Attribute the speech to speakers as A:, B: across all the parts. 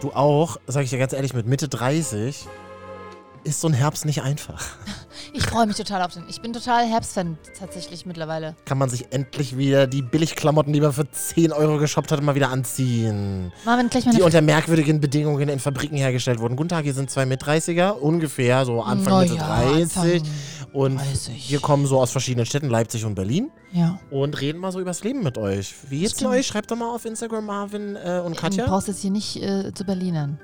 A: Du auch, sag ich dir ganz ehrlich, mit Mitte 30 ist so ein Herbst nicht einfach.
B: Ich freue mich total auf den. Ich bin total Herbstfan tatsächlich mittlerweile.
A: Kann man sich endlich wieder die Billigklamotten, die man für 10 Euro geshoppt hat, mal wieder anziehen.
B: Marvin, gleich meine
A: Die unter merkwürdigen Bedingungen in Fabriken hergestellt wurden. Guten Tag, hier sind zwei Mit-30er, ungefähr so Anfang,
B: Na
A: Mitte
B: ja,
A: 30.
B: Anfang
A: und
B: 30.
A: wir kommen so aus verschiedenen Städten, Leipzig und Berlin.
B: Ja.
A: und reden mal so übers Leben mit euch. Wie geht's denn
B: Stimmt.
A: euch? Schreibt doch mal auf Instagram Marvin äh, und
B: Du
A: Katja.
B: brauchst jetzt hier nicht äh, zu Berlinern.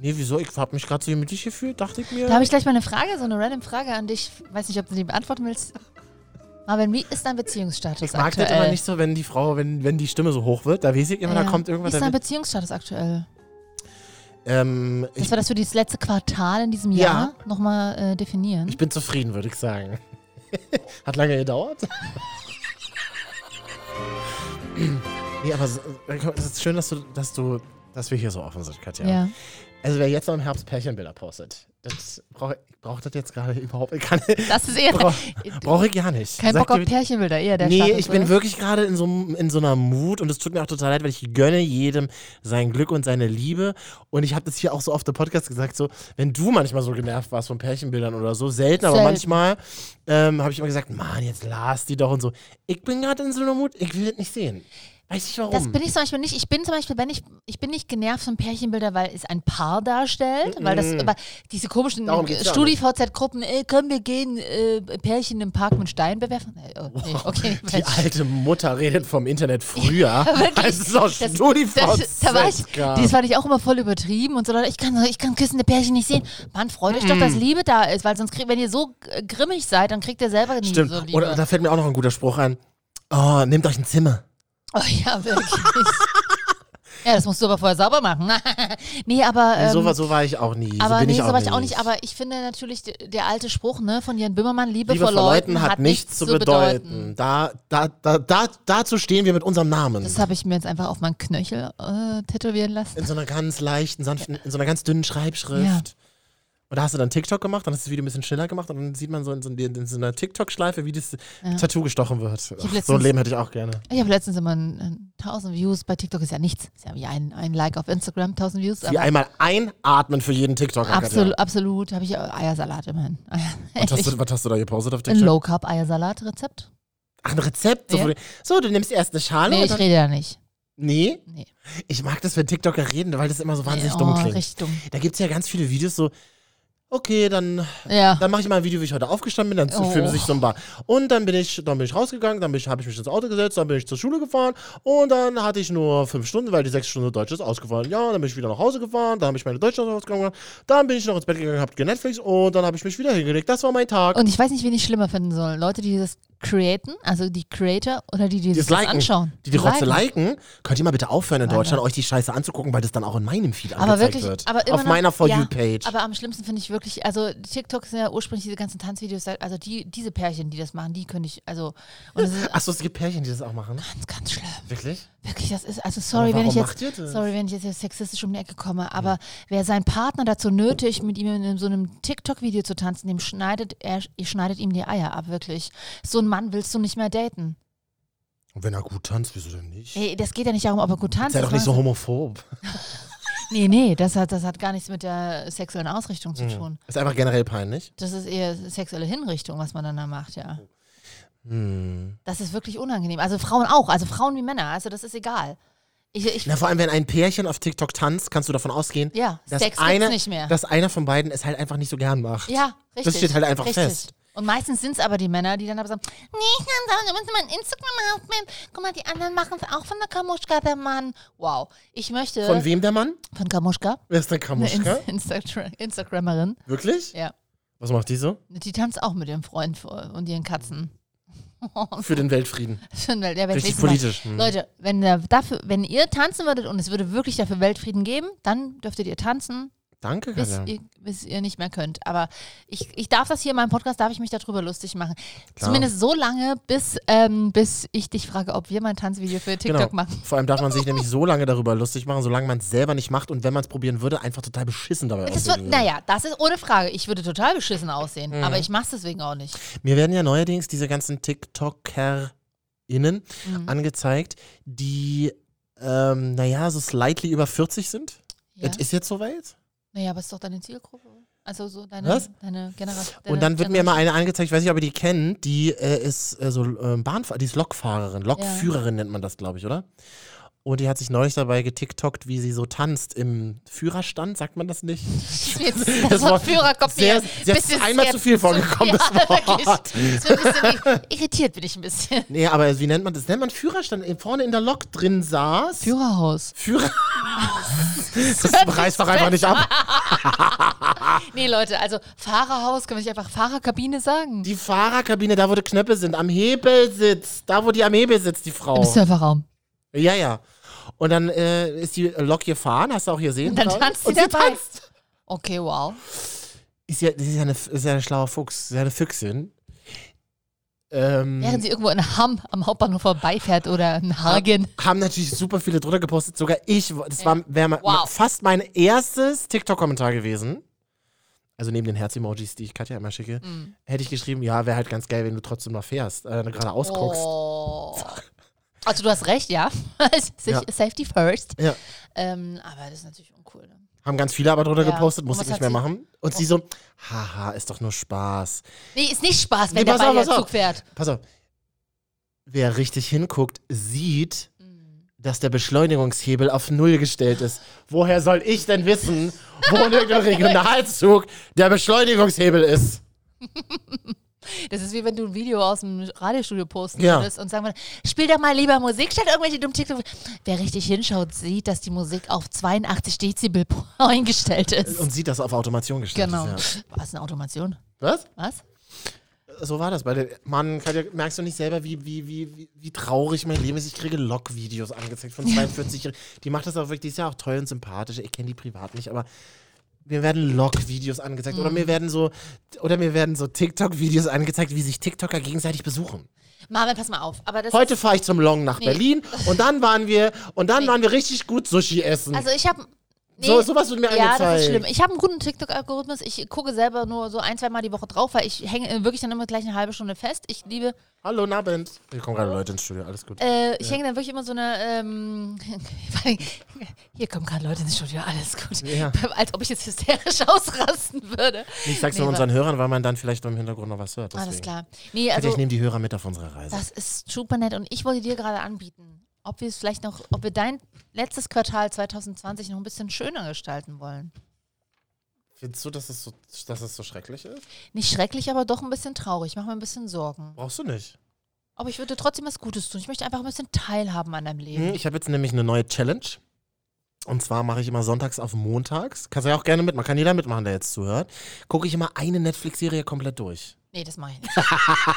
A: Nee, wieso? Ich hab mich gerade so gemütlich gefühlt, dachte ich mir.
B: Da habe ich gleich mal eine Frage, so eine random Frage an dich. Weiß nicht, ob du die beantworten willst. Marvin, wie ist dein Beziehungsstatus
A: ich mag
B: aktuell?
A: das immer nicht so, wenn die Frau, wenn, wenn die Stimme so hoch wird. Da weiß ich immer, da
B: Ja.
A: kommt irgendwas.
B: Wie ist
A: Da
B: dein
A: wird,
B: Beziehungsstatus aktuell?
A: ähm,
B: Das
A: ich,
B: war das für dieses letzte Quartal in diesem
A: Ja.
B: Jahr nochmal äh, definieren.
A: ich bin zufrieden, würde ich sagen. Hat lange gedauert. nee, aber so- es ist schön, dass du, dass du, dass wir hier so offen sind, Katja.
B: ja.
A: Also wer jetzt noch im Herbst Pärchenbilder postet, das brauche ich brauch das jetzt gerade überhaupt. Ich kann,
B: Das ist eher.
A: Brauch- brauche ich gar nicht.
B: Äh, Kein
A: Sag
B: Bock auf
A: dir-
B: Pärchenbilder, eher der
A: Nee,
B: Status,
A: ich bin
B: oder?
A: wirklich gerade in so, einem- in so einer Mut und es tut mir auch total leid, weil ich gönne jedem sein Glück und seine Liebe. Und ich habe das hier auch so oft im Podcast gesagt, so, wenn du manchmal so genervt warst von Pärchenbildern oder so, selten, aber
B: Selten.
A: manchmal ähm, habe ich immer gesagt, Mann, jetzt las die doch und so. Ich bin gerade in so einer Mut, ich will das nicht sehen. Weiß nicht warum.
B: Das bin ich zum Beispiel nicht. Ich bin zum Beispiel, wenn ich, ich bin nicht genervt von Pärchenbilder, weil es ein Paar darstellt, weil das über diese komischen
A: Darum geht's ja
B: StudiVZ-Gruppen, äh, können wir gehen, äh, Pärchen im Park mit Stein bewerfen? Äh, oh, nee, okay.
A: die alte Mutter redet vom Internet früher. Also, das ist doch
B: Das-
A: StudiVZ.
B: das, da war ich, das fand ich auch immer voll übertrieben und so. Leute, Ich kann, ich kann küssende Pärchen nicht sehen. Mann, freut euch doch,
A: Mm.
B: dass Liebe da ist, weil sonst kriegt, wenn ihr so äh, grimmig seid, dann kriegt ihr selber nie
A: Stimmt.
B: so Liebe.
A: Oder da fällt mir auch noch ein guter Spruch ein. Oh, nehmt euch ein Zimmer.
B: Oh ja, wirklich. ja, das musst du aber vorher sauber machen. nee, aber.
A: Nee,
B: Ähm,
A: so, war, so war ich auch nie. so
B: aber
A: bin
B: nee,
A: ich
B: so
A: auch
B: war ich
A: nicht.
B: auch nicht. Aber ich finde natürlich d- der alte Spruch ne, von Jan Böhmermann, Liebe,
A: Liebe
B: vor Leuten
A: hat nichts zu bedeuten. Da, da, da, da, dazu stehen wir mit unserem Namen.
B: Das habe ich mir jetzt einfach auf meinen Knöchel äh, tätowieren lassen.
A: in so einer ganz leichten, sanften, in so einer ganz dünnen Schreibschrift.
B: Ja.
A: Und da hast du dann TikTok gemacht, dann hast du das Video ein bisschen schneller gemacht und dann sieht man so in so, in so einer TikTok-Schleife, wie das Tattoo gestochen wird. Ach, so ein
B: letztens-
A: Leben hätte ich auch gerne.
B: Ich habe letztens immer ein- ein 1000 Views bei TikTok, ist ja nichts. Ist ja wie ein, ein Like auf Instagram, 1000 Views.
A: Wie
B: Aber
A: einmal einatmen für jeden TikTok.
B: absolut, absolut habe ich äh, Eiersalat immerhin.
A: Was hast, du, was hast du da gepostet auf
B: ein
A: TikTok?
B: Low-Carb-Eiersalat-Rezept?
A: Ach, ein Rezept? So,
B: Ja.
A: wo du- so, du nimmst erst eine Schale
B: Nee,
A: und
B: ich
A: dann,
B: rede ja nicht.
A: Nee?
B: Nee.
A: Ich mag das, wenn TikToker reden, weil das immer so wahnsinnig
B: Nee,
A: dumm
B: oh,
A: klingt.
B: richtig dumm.
A: Da gibt es ja ganz viele Videos so, okay, dann,
B: Ja.
A: dann mache ich mal ein Video, wie ich heute aufgestanden bin, dann
B: Oh.
A: filme sich so ein Bar. Und dann bin ich, dann bin ich rausgegangen, dann habe ich mich ins Auto gesetzt, dann bin ich zur Schule gefahren und dann hatte ich nur fünf Stunden, weil die sechs Stunden Deutsch ist ausgefallen. Ja, dann bin ich wieder nach Hause gefahren, dann habe ich meine Deutschlandsaufgaben gemacht, dann bin ich noch ins Bett gegangen, habe genetflix und dann habe ich mich wieder hingelegt. Das war mein Tag.
B: Und ich weiß nicht, wen ich schlimmer finden soll. Leute, die das createn, also die Creator oder die, die,
A: Die
B: das,
A: es liken,
B: anschauen.
A: die die Rotze liken, könnt ihr mal bitte aufhören in
B: Warte.
A: Deutschland, euch die Scheiße anzugucken, weil das dann auch in meinem Feed
B: Aber
A: angezeigt
B: wirklich,
A: wird.
B: aber immer
A: Auf
B: noch,
A: meiner For
B: ja,
A: You-Page.
B: Aber am schlimmsten finde ich wirklich, also TikTok sind ja ursprünglich diese ganzen Tanzvideos, also die, diese Pärchen, die das machen, die könnte ich, also, und das ist
A: Achso, es gibt Pärchen, die das auch machen.
B: ganz, ganz schlimm.
A: Wirklich?
B: Wirklich, das ist, also sorry, wenn
A: warum
B: ich jetzt,
A: macht ihr das?
B: sorry, wenn ich jetzt hier sexistisch um die Ecke komme, aber wer seinen Partner dazu nötigt, mit ihm in so einem TikTok-Video zu tanzen, dem schneidet er, ihr schneidet ihm die Eier ab, wirklich. So einen Mann willst du nicht mehr daten.
A: Und wenn er gut tanzt, wieso denn nicht?
B: Ey, das geht ja nicht darum, ob er gut tanzt.
A: Sei doch
B: das
A: nicht
B: machen
A: so homophob.
B: Nee, nee, das hat, das hat gar nichts mit der sexuellen Ausrichtung zu tun.
A: Ist einfach generell peinlich.
B: Das ist eher sexuelle Hinrichtung, was man dann da macht, ja.
A: Hm.
B: Das ist wirklich unangenehm. Also Frauen auch, also Frauen wie Männer, also das ist egal. Ich, ich,
A: Na, vor allem, wenn ein Pärchen auf TikTok tanzt, kannst du davon ausgehen,
B: ja,
A: dass,
B: Sex
A: eine,
B: gibt's nicht mehr.
A: dass einer von beiden es halt einfach nicht so gern macht.
B: ja, richtig.
A: Das steht halt einfach
B: richtig.
A: fest.
B: Und meistens sind es aber die Männer, die dann aber sagen, nee, ich kann sagen, du musst mal ein Instagram aufnehmen. Guck mal, die anderen machen es auch von der Kamuschka, der Mann. Wow. Ich möchte
A: Von wem der Mann?
B: von Kamuschka,
A: Wer ist denn
B: eine
A: Kamuschka?
B: In Instagram Instagrammerin,
A: Wirklich?
B: Ja.
A: Was macht die so?
B: die tanzt auch mit ihrem Freund vor- und ihren Katzen.
A: Für den Weltfrieden.
B: Schön, weil der
A: Richtig
B: Weltfrieden-
A: politisch, hm.
B: Leute, wenn, der dafür, wenn ihr tanzen würdet und es würde wirklich dafür Weltfrieden geben, dann dürftet ihr tanzen,
A: Danke,
B: bis,
A: Katja.
B: ihr, bis ihr nicht mehr könnt. Aber ich, ich darf das hier in meinem Podcast, darf ich mich darüber lustig machen.
A: Klar.
B: Zumindest so lange, bis, ähm, bis ich dich frage, ob wir mal ein Tanzvideo für TikTok machen.
A: Genau. Vor allem darf man sich nämlich so lange darüber lustig machen, solange man es selber nicht macht und wenn man es probieren würde, einfach total beschissen dabei
B: Das
A: aussehen
B: wird,
A: würde.
B: naja, das ist ohne Frage. Ich würde total beschissen aussehen,
A: Mhm.
B: aber ich mach's deswegen auch nicht.
A: Mir werden ja neuerdings diese ganzen TikToker*innen
B: Mhm.
A: angezeigt, die, ähm, naja, so slightly über 40 sind.
B: Ja?
A: Es ist jetzt soweit.
B: Naja, aber ist doch deine Zielgruppe. Also so deine,
A: Was?
B: deine Generation.
A: Und dann wird mir immer eine angezeigt, ich weiß nicht, ob ihr die kennt, die äh, ist äh, so ähm, Bahnfahr die ist Lokfahrerin, Lokführerin nennt man das, glaube ich, oder? Und die hat sich neulich dabei getiktokt, wie sie so tanzt im Führerstand, sagt man das nicht?
B: Jetzt, das, Wort Führer kommt
A: sehr,
B: mir
A: sehr,
B: bisschen
A: einmal zu viel vorgekommen,
B: Ja,
A: das
B: wirklich.
A: Wort.
B: So ein bisschen irritiert bin ich ein bisschen.
A: Nee, aber wie nennt man das? Nennt man Führerstand? Äh, Vorne in der Lok drin saß.
B: Führerhaus.
A: Führer. das reißt doch einfach nicht ab.
B: Nee, Leute, also Fahrerhaus kann man nicht einfach Fahrerkabine sagen.
A: Die Fahrerkabine, da wo die Knöpfe sind, am Hebel sitzt. Da wo die am Hebel sitzt, die Frau.
B: Im Serverraum.
A: Ja, ja. Und dann äh, ist die Lok gefahren, hast du auch gesehen.
B: Und dann
A: glaub ich.
B: tanzt sie
A: Und sie
B: dabei.
A: tanzt.
B: Okay,
A: Hm.
B: wow.
A: Ist ja, das ist ja eine, ist ja eine schlaue Fuchs, ist ja eine Füchsin. Ähm,
B: Während sie irgendwo in Hamm am Hauptbahnhof vorbeifährt oder in Hagen.
A: haben natürlich super viele drunter gepostet. Sogar ich, das war wär ma-
B: Wow.
A: fast mein erstes TikTok-Kommentar gewesen. Also neben den Herz-Emojis, die ich Katja immer schicke,
B: Mm.
A: hätte ich geschrieben, ja, wäre halt ganz geil, wenn du trotzdem noch fährst, äh, geradeaus guckst.
B: Oh. Also du hast recht, ja. Sich-
A: Ja.
B: Safety first.
A: Ja.
B: Ähm, aber das ist natürlich uncool. Ne?
A: Haben ganz viele aber drunter
B: Ja.
A: gepostet,
B: Und
A: musste
B: was
A: ich nicht
B: hat
A: mehr
B: sie-
A: machen. Und sie so, haha, ist doch nur Spaß.
B: Nee, ist nicht Spaß, wenn
A: Nee,
B: der
A: pass
B: Ball
A: auf,
B: der
A: pass auf.
B: Zug fährt.
A: Pass auf, wer richtig hinguckt, sieht,
B: Mm.
A: dass der Beschleunigungshebel auf Null gestellt ist. Woher soll ich denn wissen, wo in irgendeinem Regionalzug der Beschleunigungshebel ist?
B: Das ist wie wenn du ein Video aus dem Radiostudio posten
A: Ja.
B: würdest und sagen würdest, spiel doch mal lieber Musik statt irgendwelche dummen TikTok. Wer richtig hinschaut, sieht, dass die Musik auf 82 Dezibel eingestellt ist.
A: Und sieht das auf Automation gestellt.
B: genau.
A: Ist,
B: War es eine Automation?
A: ja. Was?
B: Was?
A: So war das bei der. Mann, Katja, merkst du nicht selber, wie, wie, wie, wie, wie traurig mein Leben ist? Ich kriege Log-Videos angezeigt von 42 Die macht das auch wirklich, die ist ja auch toll und sympathisch. Ich kenne die privat nicht, aber mir werden Log-Videos angezeigt.
B: Mhm.
A: Oder mir werden so, oder mir werden so TikTok-Videos angezeigt, wie sich TikToker gegenseitig besuchen.
B: Marvin, pass mal auf. Aber das
A: Heute fahre ich zum Long nach
B: Nee.
A: Berlin und dann waren wir und dann waren wir richtig gut Sushi essen.
B: ist, also ich habe. Nee,
A: So- sowas wird mir
B: Ja, das
A: angezeigt.
B: ist schlimm. Ich habe einen guten TikTok-Algorithmus. Ich gucke selber nur so ein, zwei Mal die Woche drauf, weil ich hänge äh, wirklich dann immer gleich eine halbe Stunde fest. Ich liebe
A: Hallo, guten Abend. Hier kommen gerade Leute ins Studio, alles gut.
B: Äh, ich hänge dann wirklich immer so eine. Ähm, hier kommen gerade Leute ins Studio, alles gut.
A: Ja.
B: Als ob ich jetzt hysterisch ausrasten würde.
A: ich sag's nur
B: nee, Ah,
A: unseren Hörern, weil man dann vielleicht im Hintergrund noch was hört. Deswegen.
B: Alles klar. Nee,
A: Katja,
B: also
A: ich nehme die Hörer mit auf unsere Reise.
B: das ist super nett und ich wollte dir gerade anbieten, ob wir es vielleicht noch, ob wir dein letztes Quartal 2020 noch ein bisschen schöner gestalten wollen.
A: Findest du, dass es so, dass es so schrecklich ist?
B: Nicht schrecklich, aber doch ein bisschen traurig. Mach mir ein bisschen Sorgen.
A: Brauchst du nicht.
B: Aber ich würde trotzdem was Gutes tun. Ich möchte einfach ein bisschen teilhaben an deinem Leben.
A: Hm, Ich habe jetzt nämlich eine neue Challenge. Und zwar mache ich immer sonntags auf montags. Kannst du ja auch gerne mitmachen. Kann jeder mitmachen, der jetzt zuhört. Gucke ich immer eine Netflix-Serie komplett durch.
B: Nee, das mache ich nicht.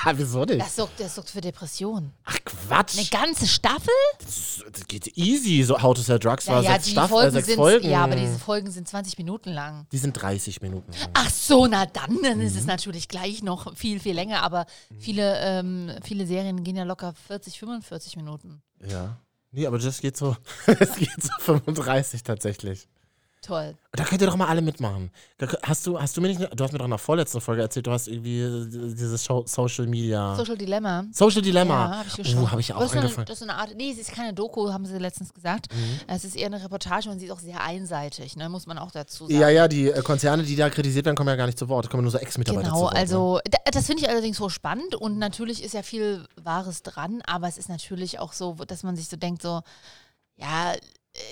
A: Ah, wieso nicht?
B: Das sorgt, das sorgt für Depressionen.
A: Ach,
B: Eine
A: Quatsch.
B: ganze Staffel?
A: Das, das geht easy. So How to Sell Drugs war sechs, Staff, äh, sechs
B: sind,
A: Folgen.
B: Ja, aber diese Folgen sind 20 Minuten lang.
A: Die sind 30 Minuten lang.
B: Ach so, na dann, dann ist es
A: Mhm.
B: natürlich gleich noch viel, viel länger, aber viele, ähm, viele Serien gehen ja locker 40, 45 Minuten.
A: Ja. Nee, aber das geht so, das geht so 35 tatsächlich.
B: Toll.
A: Da könnt ihr doch mal alle mitmachen. Da kö- Hast du, hast du mir nicht, du hast mir doch in der vorletzten Folge erzählt, du hast irgendwie äh, dieses Show, Social Media.
B: Social Dilemma.
A: Social
B: Ja,
A: Dilemma.
B: habe ich geschaut.
A: oh, habe ich
B: Aber
A: auch
B: das ist eine,
A: angefangen. Mhm.
B: das ist eine Art, nee, es ist keine Doku, haben sie letztens gesagt. Es ist eher eine Reportage und sie ist auch sehr einseitig, ne, muss man auch dazu sagen.
A: Ja, ja, die äh, Konzerne, die da kritisiert werden, kommen ja gar nicht zu Wort. Da kommen nur so Ex-Mitarbeiter zu
B: Genau,
A: Wort. Ne?
B: also da, das finde ich allerdings so spannend und natürlich ist ja viel Wahres dran, aber es ist natürlich auch so, dass man sich so denkt, so, ja,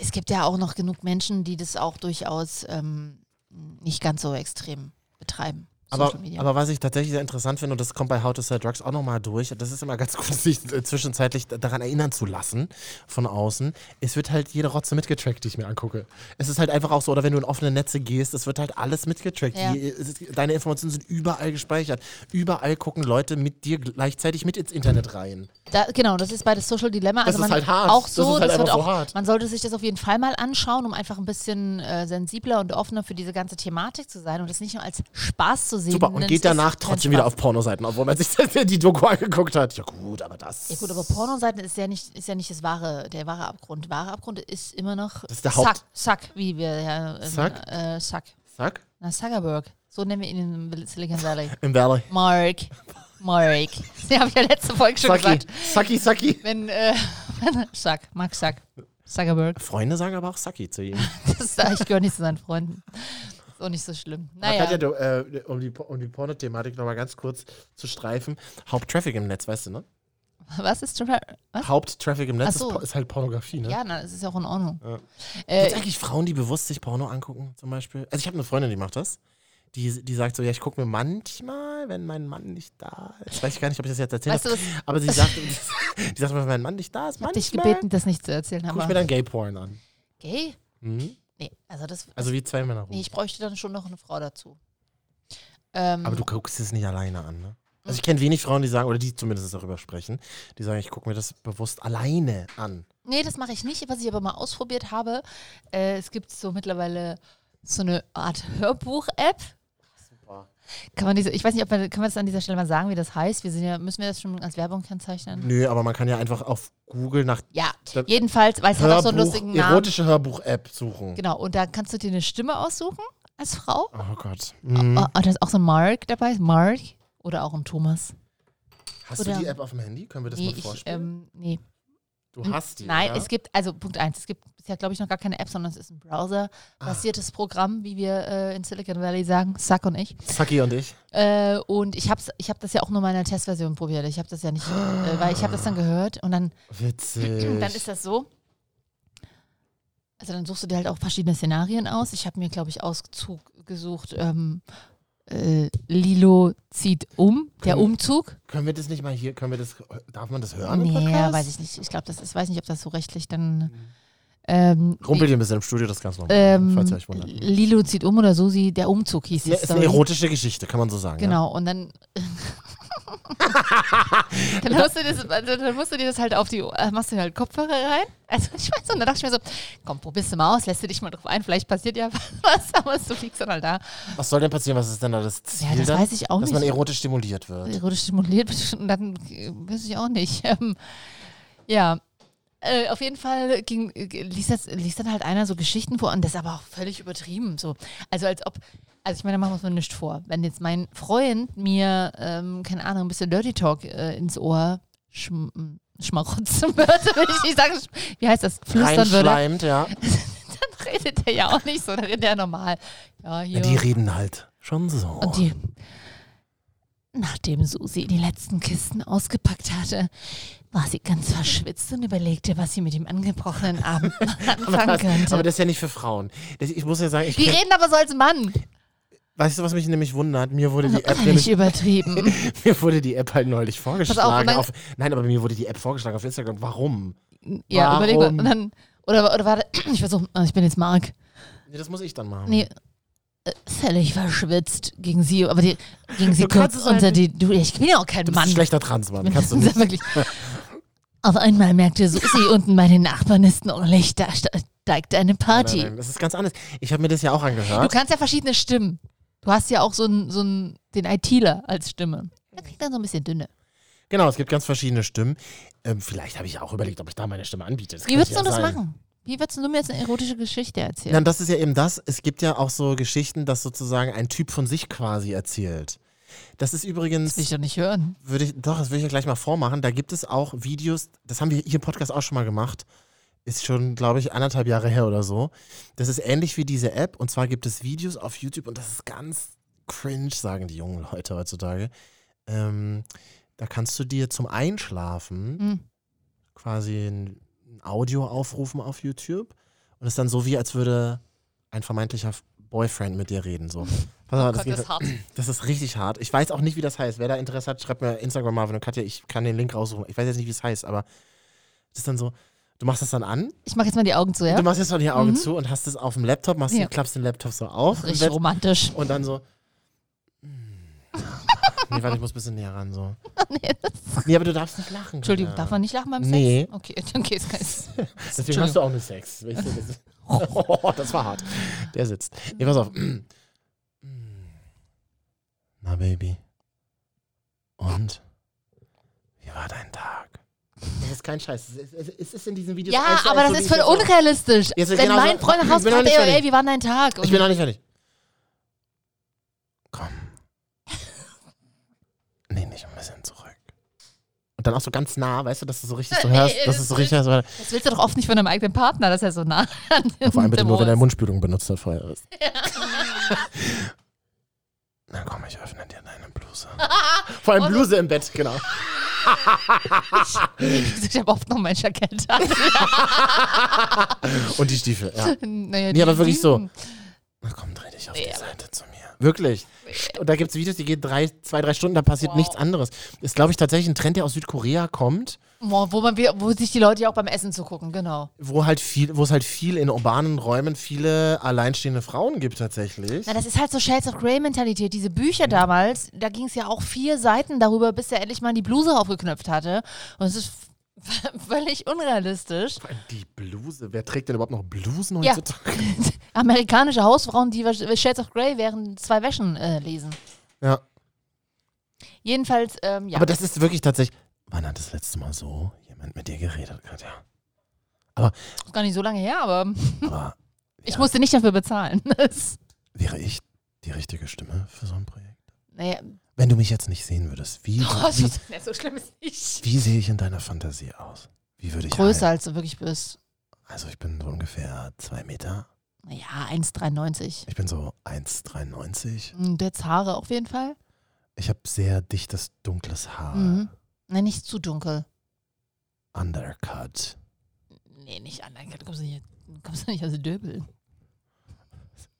B: es gibt ja auch noch genug Menschen, die das auch durchaus ähm, nicht ganz so extrem betreiben.
A: Aber,
B: Social Media.
A: aber was ich tatsächlich sehr interessant finde, und das kommt bei How to Sell Drugs auch nochmal durch, das ist immer ganz gut, sich äh, zwischenzeitlich d- daran erinnern zu lassen von außen. Es wird halt jede Rotze mitgetrackt, die ich mir angucke. Es ist halt einfach auch so, oder wenn du in offene Netze gehst, es wird halt alles mitgetrackt.
B: Ja.
A: Die, es ist, deine Informationen sind überall gespeichert. Überall gucken Leute mit dir gleichzeitig mit ins Internet rein.
B: Da, genau, das ist bei das Social Dilemma.
A: Das
B: Also
A: ist
B: man,
A: halt hart.
B: Auch
A: Das
B: so,
A: ist halt
B: wird
A: einfach so
B: auch,
A: hart.
B: Man sollte sich das auf jeden Fall mal anschauen, um einfach ein bisschen äh, sensibler und offener für diese ganze Thematik zu sein und das nicht nur als Spaß zu sehen.
A: Super, und
B: denn
A: geht
B: es ist
A: danach
B: kein
A: trotzdem wieder
B: Spaß.
A: auf Pornoseiten, obwohl man sich die Doku angeguckt hat. Ja gut, aber das...
B: Ja gut, aber Pornoseiten ist ja nicht, ist ja nicht das wahre, der wahre Abgrund. Wahre Abgrund ist immer noch
A: Das ist der
B: Suck,
A: Haupt-
B: Suck, wie wir ja ähm,
A: Suck?
B: Äh, Suck.
A: Zack,
B: Na, Zuckerberg. So nennen wir ihn in Silicon Valley.
A: im Valley.
B: Mark. Mark. Den habe ich ja letzte Folge schon
A: Sucky,
B: gesagt.
A: sucky, sucky.
B: Wenn, äh, Suck, Mark Suck. Zuckerberg.
A: Freunde sagen aber auch Sucky zu ihm.
B: Das ist, ich gehöre nicht zu seinen Freunden. Ist auch nicht so schlimm.
A: Man
B: Naja.
A: kann ja, du, äh, um die, um die Porno-Thematik nochmal ganz kurz zu streifen. Haupttraffic im Netz, weißt du, ne?
B: Was ist Trevor? Was?
A: Haupttraffic im
B: Ach
A: Netz
B: so.
A: ist, Po- ist halt Pornografie, ne?
B: Ja, na, das ist ja auch in Ordnung.
A: Gibt
B: Äh,
A: eigentlich Frauen, die bewusst sich Porno angucken, zum Beispiel? Also ich habe eine Freundin, die macht das. Die, die sagt so, ja, ich gucke mir manchmal, wenn mein Mann nicht da ist. Weiß ich gar nicht, ob ich das jetzt erzählt
B: weißt du,
A: habe.
B: was,
A: Aber sie sagt, die sagt, wenn mein Mann nicht da ist,
B: ich hab
A: manchmal
B: dich gebeten, das nicht zu erzählen,
A: gucke ich mir dann
B: aber.
A: Gay-Porn an.
B: Gay?
A: Mhm.
B: Nee, also das.
A: Also wie zwei Männer rum.
B: nee, ich bräuchte dann schon noch eine Frau dazu. Ähm,
A: Aber du guckst es nicht alleine an, ne? Also ich kenne wenig Frauen, die sagen, oder die zumindest darüber sprechen, die sagen, ich gucke mir das bewusst alleine an.
B: Nee, das mache ich nicht. Was ich aber mal ausprobiert habe, äh, es gibt so mittlerweile so eine Art Hörbuch-App. Kann man diese, ich weiß nicht, ob man, kann man das an dieser Stelle mal sagen, wie das heißt? Wir sind ja, müssen wir das schon als Werbung kennzeichnen?
A: Nö, aber man kann ja einfach auf Google nach
B: Ja,
A: Da-
B: jedenfalls, weil es hat halt auch
A: Hörbuch,
B: so einen lustigen Namen.
A: erotische Hörbuch-App suchen.
B: Genau, und da kannst du dir eine Stimme aussuchen als Frau.
A: Oh Gott. Mhm.
B: Oh, oh, da ist auch so ein Mark dabei, Mark. Oder auch ein Thomas.
A: Hast du
B: oder-
A: die App auf dem Handy? Können wir das
B: nee,
A: mal
B: ich,
A: vorspielen?
B: ähm, nee.
A: du hast die,
B: Nein,
A: ja?
B: es gibt, also Punkt eins, es gibt bisher, glaube ich, noch gar keine App, sondern es ist ein browserbasiertes
A: Ah.
B: Programm, wie wir äh, in Silicon Valley sagen, Sack und ich.
A: Saki und ich.
B: Äh, und ich habe ich hab das ja auch nur mal in der Testversion probiert. Ich habe das ja nicht, äh, weil ich habe das dann gehört und dann,
A: Witzig.
B: dann ist das so. Also dann suchst du dir halt auch verschiedene Szenarien aus. Ich habe mir, glaube ich, Auszug gesucht, ähm, äh, Lilo zieht um, der Umzug.
A: können wir das nicht mal hier, können wir das, darf man das hören? im
B: Nee,
A: Podcast? Mhm.
B: weiß ich nicht. Ich glaube, das ist, weiß nicht, ob das so rechtlich dann. Ähm,
A: Rumpelt ihr ein bisschen im Studio, das ganz normal,
B: ähm,
A: falls ihr euch wundert.
B: Lilo zieht um oder Susi, der Umzug hieß
A: Ja,
B: es.
A: ist eine erotische Geschichte, kann man so sagen.
B: Genau, und dann. dann, musst du das, also, dann musst du dir das halt auf die Ohr- äh, machst du dir halt Kopfhörer rein. Also ich weiß, und dann dachte ich mir so, komm, probierst du mal aus, lässt du dich mal drauf ein, vielleicht passiert ja was, aber du liegst dann halt da.
A: Ja? Was soll denn passieren? Was ist denn da das Ziel?
B: Ja, das
A: dann?
B: weiß ich auch
A: Dass man
B: nicht.
A: erotisch stimuliert wird.
B: Erotisch stimuliert bist und dann äh, weiß ich auch nicht. Ähm, ja. Äh, auf jeden Fall ging, äh, liest, das, liest dann halt einer so Geschichten vor und das ist aber auch völlig übertrieben. So. Also als ob, also ich meine, da machen wir uns mir nichts vor. Wenn jetzt mein Freund mir, ähm, keine Ahnung, ein bisschen Dirty Talk äh, ins Ohr schm schmarotzen würde, will ich nicht sagen, sch- wie heißt das, flüstern würde,
A: Reinschleimt, ja.
B: dann redet er ja auch nicht so, dann redet er normal. Ja, hier.
A: ja. Die reden halt schon so.
B: Und die, nachdem Susi die letzten Kisten ausgepackt hatte, war sie ganz verschwitzt und überlegte, was sie mit dem angebrochenen Abend anfangen
A: aber, das, aber
B: könnte.
A: das ist ja nicht für Frauen. Das, ich muss ja sagen, ich
B: Die reden aber so als Mann.
A: weißt du, was mich nämlich wundert? Mir wurde die App
B: Völlig
A: nämlich,
B: übertrieben.
A: mir wurde die App halt neulich vorgeschlagen.
B: mein-
A: auf, nein, aber mir wurde die App vorgeschlagen auf Instagram. Warum?
B: Ja, überleg mal.
A: Warum?
B: Und dann, oder, oder warte, ich versuche, ich bin jetzt Mark.
A: Nee, das muss ich dann machen.
B: Nee. äh, Völlig verschwitzt gegen sie, aber die, gegen sie
A: Du kannst
B: kurz
A: es halt
B: unter die. Du, ich bin ja auch kein
A: Du bist
B: Mann.
A: ein schlechter Transmann. Kannst du
B: Das
A: nicht.
B: ist wirklich. Auf einmal merkte Susi unten bei den Nachbarnisten, oh Licht, da ste- steigt eine Party.
A: Nein, nein, das ist ganz anders. Ich habe mir das ja auch
B: Du
A: angehört.
B: kannst ja verschiedene Stimmen. Du hast ja auch so, einen- so einen- den ITler als Stimme. Der kriegt dann so ein bisschen dünne.
A: Genau, es gibt ganz verschiedene Stimmen. Ähm, vielleicht habe ich auch überlegt, ob ich da meine Stimme anbiete. Das
B: Wie
A: könnte
B: würdest
A: ja
B: du das
A: sein.
B: machen? Wie würdest du mir jetzt eine erotische Geschichte erzählen?
A: Ja, und das ist ja eben das. Es gibt ja auch so Geschichten, dass sozusagen ein Typ von sich quasi erzählt. Das ist übrigens.
B: Das will ich doch nicht hören.
A: würde ich, doch, das würde ich ja gleich mal vormachen. Da gibt es auch Videos, das haben wir hier im Podcast auch schon mal gemacht. Ist schon, glaube ich, anderthalb Jahre her oder so. Das ist ähnlich wie diese App. Und zwar gibt es Videos auf YouTube und das ist ganz cringe, sagen die jungen Leute heutzutage. Ähm, da kannst du dir zum Einschlafen
B: Hm.
A: quasi ein ein Audio aufrufen auf YouTube. Und es ist dann so wie, als würde ein vermeintlicher Boyfriend mit dir reden. So. Pass
B: Gott,
A: auf, das,
B: das
A: geht- halt-
B: ist hart.
A: das ist richtig hart. Ich weiß auch nicht, wie das heißt. Wer da Interesse hat, schreibt mir Instagram Marvin und Katja. Ich kann den Link raussuchen. Ich weiß jetzt nicht, wie es heißt, aber das ist dann so. Du machst das dann an,
B: Ich mache jetzt mal die Augen zu,
A: du
B: ja? Mhm.
A: machst jetzt mal die Augen zu und hast das auf dem Laptop, machst
B: Ja.
A: den, klappst den Laptop so auf und,
B: Richtig
A: setzt-
B: romantisch.
A: und dann so. hm. nee, warte, ich muss ein bisschen näher ran. So.
B: nee, das-
A: Nee, aber du darfst nicht lachen.
B: Entschuldigung,
A: Katja.
B: darf man nicht lachen beim
A: Nee.
B: Sex? Okay, dann geht's ganz.
A: Deswegen hast du auch nur Sex. Weißt du, das- Oh, das war hart. Der sitzt. Nee, pass auf. Na, Baby. Und? Wie war dein Tag? Das ist kein Scheiß. Es ist, es ist also in diesem Video.
B: Ja, aber das ist voll unrealistisch.
A: Jetzt ist
B: Wenn
A: genau
B: mein
A: so-
B: Freund nach
A: Ich
B: Hause
A: bin noch
B: kommt,
A: nicht
B: ey,
A: fertig.
B: ey, wie war dein Tag?
A: Ich
B: Und
A: bin noch nicht fertig. Komm. Nee, nicht ein bisschen zurück. Und dann auch so ganz nah, weißt du, dass du so richtig so
B: Nee,
A: hörst, dass es so richtig so.
B: Äh, das willst du doch oft nicht von deinem eigenen Partner, dass er so nah an
A: Ja, vor allem bitte
B: dem
A: nur, wenn
B: Ohr
A: er
B: ist.
A: Mundspülung benutzt hat vorher. Ist. Na komm, ich öffne dir deine Bluse. Vor
B: Oh,
A: allem Bluse im Bett, genau.
B: Ich habe oft noch mein Jackett an.
A: Und die Stiefel, ja.
B: Naja,
A: Nee, aber wirklich
B: die-
A: so. Na komm, dreh dich auf die Seite zu mir. Wirklich. Und da gibt es Videos, die gehen drei, zwei, drei Stunden, da passiert
B: Wow.
A: nichts anderes. Ist, glaube ich, tatsächlich ein Trend, der aus Südkorea kommt,
B: Wo, wo, man, wo sich die Leute ja auch beim Essen zugucken, genau.
A: wo halt viel, wo es halt viel in urbanen Räumen viele alleinstehende Frauen gibt tatsächlich.
B: Na, das ist halt so Shades of Grey-Mentalität. Diese Bücher damals, da ging es ja auch vier Seiten darüber, bis er endlich mal die Bluse aufgeknöpft hatte. Und es ist v- völlig unrealistisch.
A: Vor allem Die Bluse, wer trägt denn überhaupt noch Blusen
B: Ja.
A: heutzutage?
B: Amerikanische Hausfrauen, die wasch- Shades of Grey während zwei Wäschen äh, lesen.
A: ja.
B: Jedenfalls, ähm, ja.
A: Aber das ist wirklich tatsächlich. Wann hat das letzte Mal so jemand mit dir geredet, Katja?
B: ist gar nicht so lange her, aber
A: Aber
B: ich
A: Ja.
B: musste nicht dafür bezahlen. Das-
A: wäre ich die richtige Stimme für so ein Projekt?
B: naja,
A: Wenn du mich jetzt nicht sehen würdest, wie,
B: oh,
A: wie,
B: so, so schlimm ist nicht.
A: wie sehe ich in deiner Fantasie aus? Wie würde ich
B: Größer, als du wirklich bist.
A: Ein, also ich bin so ungefähr zwei Meter.
B: Naja, 1,93.
A: Ich bin so 1,93.
B: Hm, Du hättest Haare auf jeden Fall.
A: Ich habe sehr dichtes, dunkles Haar.
B: Mhm. Nein, nicht zu dunkel.
A: Undercut.
B: Nee, nicht anderen. Du kommst nicht, du kommst nicht aus Döbel.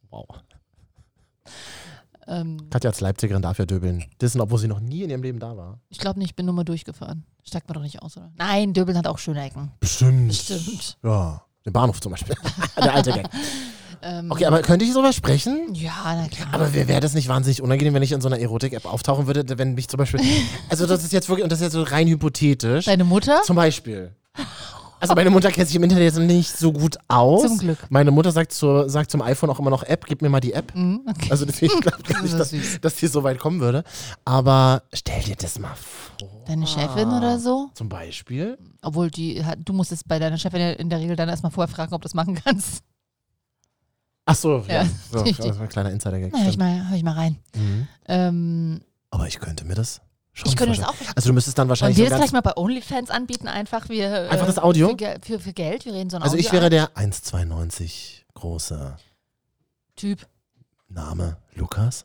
A: Wow.
B: Ähm,
A: Katja als Leipzigerin darf ja döbeln. Dissen, obwohl sie noch nie in ihrem Leben da war.
B: ich glaube nicht, ich bin nur mal durchgefahren. Steigt man doch nicht aus, oder? Nein, Döbel hat auch schöne Ecken.
A: Bestimmt.
B: Bestimmt.
A: Ja. Den Bahnhof zum Beispiel. Der alte Gang.
B: Ähm,
A: Okay, aber könnte ich sowas sprechen?
B: Ja, na klar.
A: Aber wäre wär das nicht wahnsinnig unangenehm, wenn ich in so einer Erotik-App auftauchen würde, wenn mich zum Beispiel. Also, das ist jetzt wirklich, und das ist jetzt so rein hypothetisch.
B: Deine Mutter?
A: Zum Beispiel. Also, meine Mutter kennt sich im Internet jetzt nicht so gut aus.
B: Zum Glück.
A: Meine Mutter sagt, zur, sagt zum iPhone auch immer noch App, gib mir mal die App.
B: Mhm, okay.
A: Also, deswegen glaube ich nicht,
B: Das
A: dass,
B: ist süß.
A: dass die so weit kommen würde. Aber stell dir das mal vor.
B: Deine Chefin oder so?
A: Zum Beispiel.
B: Obwohl, die hat, du musstest bei deiner Chefin ja in der Regel dann erstmal vorher fragen, ob du das machen kannst.
A: Ach so, ja.
B: Ja,
A: So, das
B: richtig.
A: war ein kleiner Insider-Gag.
B: Na, hör ich
A: stimmt.
B: mal, hör ich mal rein.
A: Mhm.
B: Ähm,
A: Aber ich könnte mir das schon
B: ich könnte das
A: vorstellen.
B: auch.
A: Also, du müsstest dann
B: Wollen
A: wahrscheinlich.
B: wir
A: so
B: das
A: ganz-
B: gleich mal bei OnlyFans anbieten? Einfach wir.
A: Einfach
B: äh,
A: das Audio?
B: Für, Gel- für, für Geld, wir reden so ein
A: also,
B: Audio
A: ich wäre der 1,92 große
B: Typ.
A: Name Lukas.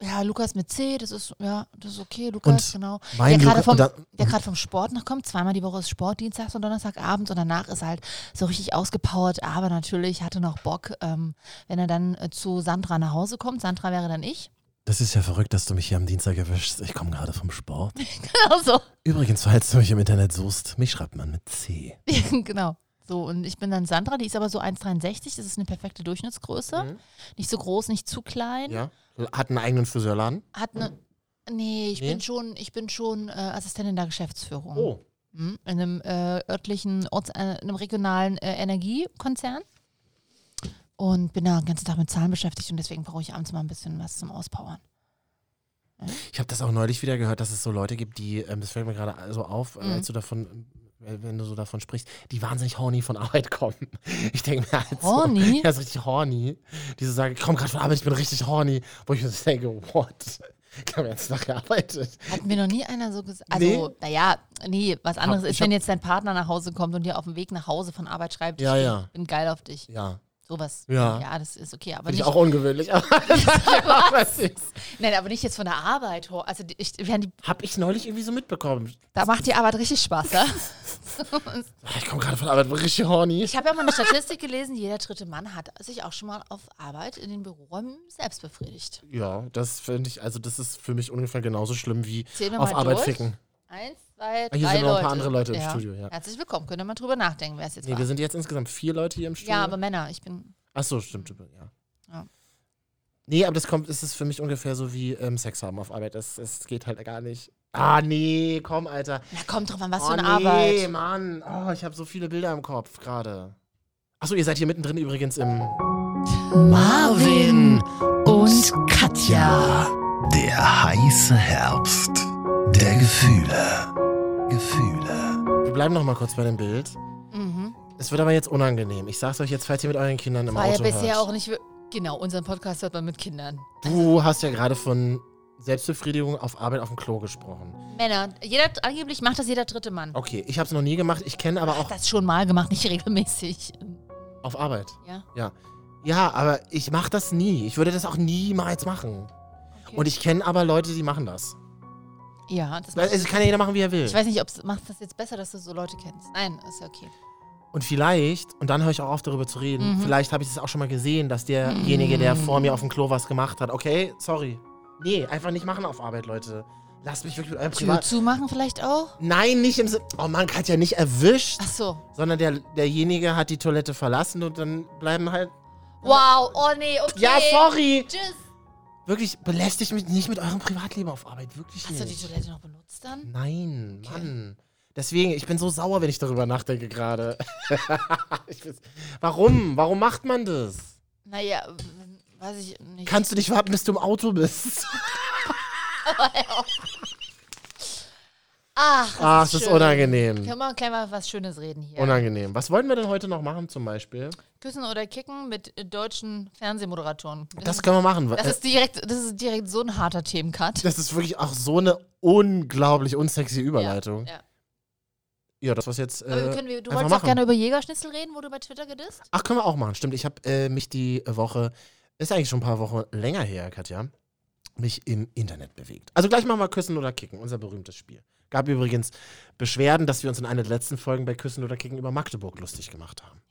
B: Ja, Lukas mit C, das ist, ja, das ist okay, Lukas,
A: Und
B: genau.
A: Mein
B: der gerade
A: Lukas.
B: vom,
A: Und dann,
B: der gerade vom Sport noch kommt, zweimal die Woche ist Sport, dienstags und donnerstagabends und danach ist er halt so richtig ausgepowert, aber natürlich hatte noch Bock, ähm, wenn er dann äh, zu Sandra nach Hause kommt. Sandra wäre dann ich.
A: Das ist ja verrückt, dass du mich hier am Dienstag erwischst. Ich komme gerade vom Sport.
B: Genau so.
A: Übrigens, falls du mich im Internet suchst, mich schreibt man mit C.
B: genau. So, und ich bin dann Sandra, die ist aber so 1,63, das ist eine perfekte Durchschnittsgröße.
A: Mhm.
B: Nicht so groß, nicht zu klein.
A: Ja. Hat einen eigenen Friseurladen.
B: Hat eine. Nee, ich
A: Nee?
B: bin schon, ich bin schon äh, Assistentin der Geschäftsführung.
A: Oh.
B: Mhm, In einem äh, örtlichen, Orts, äh, in einem regionalen äh, Energiekonzern. Und bin da den ganzen Tag mit Zahlen beschäftigt und deswegen brauche ich abends mal ein bisschen was zum Auspowern.
A: Ich habe das auch neulich wieder gehört, dass es so Leute gibt, die, ähm, das fällt mir gerade so auf,
B: Mhm.
A: äh, als du davon, äh, wenn du so davon sprichst, die wahnsinnig horny von Arbeit kommen. Ich denke mir halt so,
B: Horny?
A: Ja, ist richtig horny. Die so sagen, ich komme gerade von Arbeit, ich bin richtig horny. Wo ich mir so denke, what? Ich habe jetzt noch gearbeitet.
B: Hat mir noch nie einer so gesagt. Also,
A: Nee.
B: naja, nee, was anderes
A: Hab- ich
B: ist, wenn jetzt dein Partner nach Hause kommt und dir auf dem Weg nach Hause von Arbeit schreibt,
A: Ja,
B: ich bin-
A: ja.
B: bin geil auf dich.
A: Ja.
B: Sowas.
A: Ja.
B: Ja, das ist okay, aber
A: Finde
B: nicht.
A: ich auch ungewöhnlich.
B: Nein, aber nicht jetzt von der Arbeit. ho- Also die- ich, während die,
A: Hab ich neulich irgendwie so mitbekommen.
B: da macht die Arbeit richtig Spaß, ja?
A: Ich komme gerade von Arbeit, bin richtig horny.
B: Ich habe ja mal eine Statistik gelesen, jeder dritte Mann hat sich auch schon mal auf Arbeit in den Büroräumen selbst befriedigt.
A: Ja, das finde ich, also das ist für mich ungefähr genauso schlimm wie
B: Zählen wir
A: auf
B: mal
A: Arbeit
B: durch.
A: ficken.
B: Eins, zwei, drei
A: Ah, hier sind noch ein paar
B: Leute.
A: andere Leute im Studio, ja.
B: Herzlich willkommen, könnt ihr mal drüber nachdenken, wer es jetzt
A: Nee,
B: war.
A: wir sind jetzt insgesamt vier Leute hier im Studio.
B: Ja, aber Männer, ich bin.
A: Ach so, stimmt, stimmt, ja.
B: Ja.
A: Nee, aber das kommt, es ist für mich ungefähr so wie ähm, Sex haben auf Arbeit. Es, es geht halt gar nicht. Ah, nee, komm, Alter.
B: Na kommt drauf an, was
A: oh,
B: für eine
A: nee,
B: Arbeit.
A: Mann. Oh, ich habe so viele Bilder im Kopf gerade. Achso, ihr seid hier mittendrin übrigens im.
C: Marvin und Katja. Der heiße Herbst der Gefühle. Gefühle.
A: Wir bleiben noch mal kurz bei dem Bild.
B: Mhm.
A: Es wird aber jetzt unangenehm. Ich sag's euch jetzt, falls ihr mit euren Kindern im
B: War ja
A: Auto
B: bisher
A: hört.
B: auch nicht. wir- Genau, unseren Podcast hört man mit Kindern.
A: Du hast ja gerade von Selbstbefriedigung auf Arbeit auf dem Klo gesprochen.
B: Männer, jeder, angeblich macht das jeder dritte Mann.
A: Okay, ich hab's noch nie gemacht. Ich kenne aber auch
B: Das schon mal gemacht, nicht regelmäßig.
A: auf Arbeit.
B: Ja.
A: Ja. Ja, aber ich mache das nie. Ich würde das auch niemals machen.
B: Okay.
A: Und ich kenne aber Leute, die machen das.
B: Ja, das macht,
A: Also kann ja jeder machen, wie er will.
B: ich weiß nicht, ob es macht das jetzt besser, dass du so Leute kennst. Nein, ist ja okay.
A: Und vielleicht, und dann höre ich auch auf, darüber zu reden,
B: Mhm.
A: vielleicht habe ich es auch schon mal gesehen, dass derjenige, der vor mir auf dem Klo was gemacht hat, okay, sorry. Nee, einfach nicht machen auf Arbeit, Leute. Lasst mich wirklich mit eurem
B: Tür
A: Privat...
B: zumachen vielleicht auch?
A: Nein, nicht im Sinne... Oh Mann, Katja, nicht erwischt.
B: Ach so.
A: Sondern der, derjenige hat die Toilette verlassen und dann bleiben halt...
B: Wow, oh nee, okay.
A: Ja, sorry.
B: Tschüss.
A: Wirklich, belästigt mich nicht mit eurem Privatleben auf Arbeit. Wirklich
B: Hast
A: nicht.
B: du die Toilette noch benutzt dann?
A: Nein, Mann. Deswegen, ich bin so sauer, wenn ich darüber nachdenke gerade. Ich bin's- Warum? Warum macht man das?
B: Naja, ähm, weiß ich nicht.
A: Kannst du nicht warten, bis du im Auto bist?
B: Ach, das ist,
A: Ach, das Ah, ist
B: schön.
A: unangenehm.
B: Können wir gleich mal was Schönes reden hier?
A: Unangenehm. Was wollen wir denn heute noch machen zum Beispiel?
B: Küssen oder Kicken mit äh, deutschen Fernsehmoderatoren.
A: Das können wir machen. äh,
B: Das ist direkt, das ist direkt so ein harter Themencut.
A: das ist wirklich auch so eine unglaublich unsexy Überleitung. Ja,
B: Ja, ja.
A: das was jetzt. Äh,
B: Aber wir können, wir- du
A: einfach
B: wolltest auch
A: machen.
B: gerne über Jägerschnitzel reden, wo du bei Twitter gedisst?
A: Ach, können wir auch machen. Stimmt, ich habe äh, mich die Woche, ist eigentlich schon ein paar Wochen länger her, Katja, mich im Internet bewegt. Also gleich machen wir Küssen oder Kicken, unser berühmtes Spiel. Gab übrigens Beschwerden, dass wir uns in einer der letzten Folgen bei Küssen oder Kicken über Magdeburg lustig gemacht haben.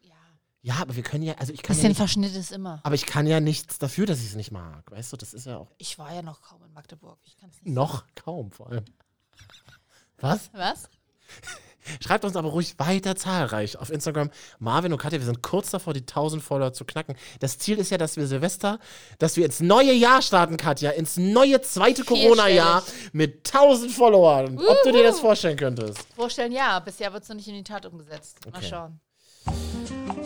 B: Ja.
A: Ja, aber wir können ja, also ich kann ja
B: Bisschen
A: nicht,
B: Verschnitt ist immer.
A: aber ich kann ja nichts dafür, dass ich es nicht mag. Weißt du, das ist ja auch
B: Ich war ja noch kaum in Magdeburg. Ich kann's nicht.
A: noch kaum vor allem. Was?
B: Was?
A: Schreibt uns aber ruhig weiter zahlreich auf Instagram. Marvin und Katja, wir sind kurz davor, die 1000 Follower zu knacken. Das Ziel ist ja, dass wir Silvester, dass wir ins neue Jahr starten, Katja, ins neue zweite Corona-Jahr mit 1000 Followern. Ob du dir das vorstellen könntest.
B: Vorstellen ja, bisher wird es noch nicht in die Tat umgesetzt. Mal
A: Okay.
B: schauen.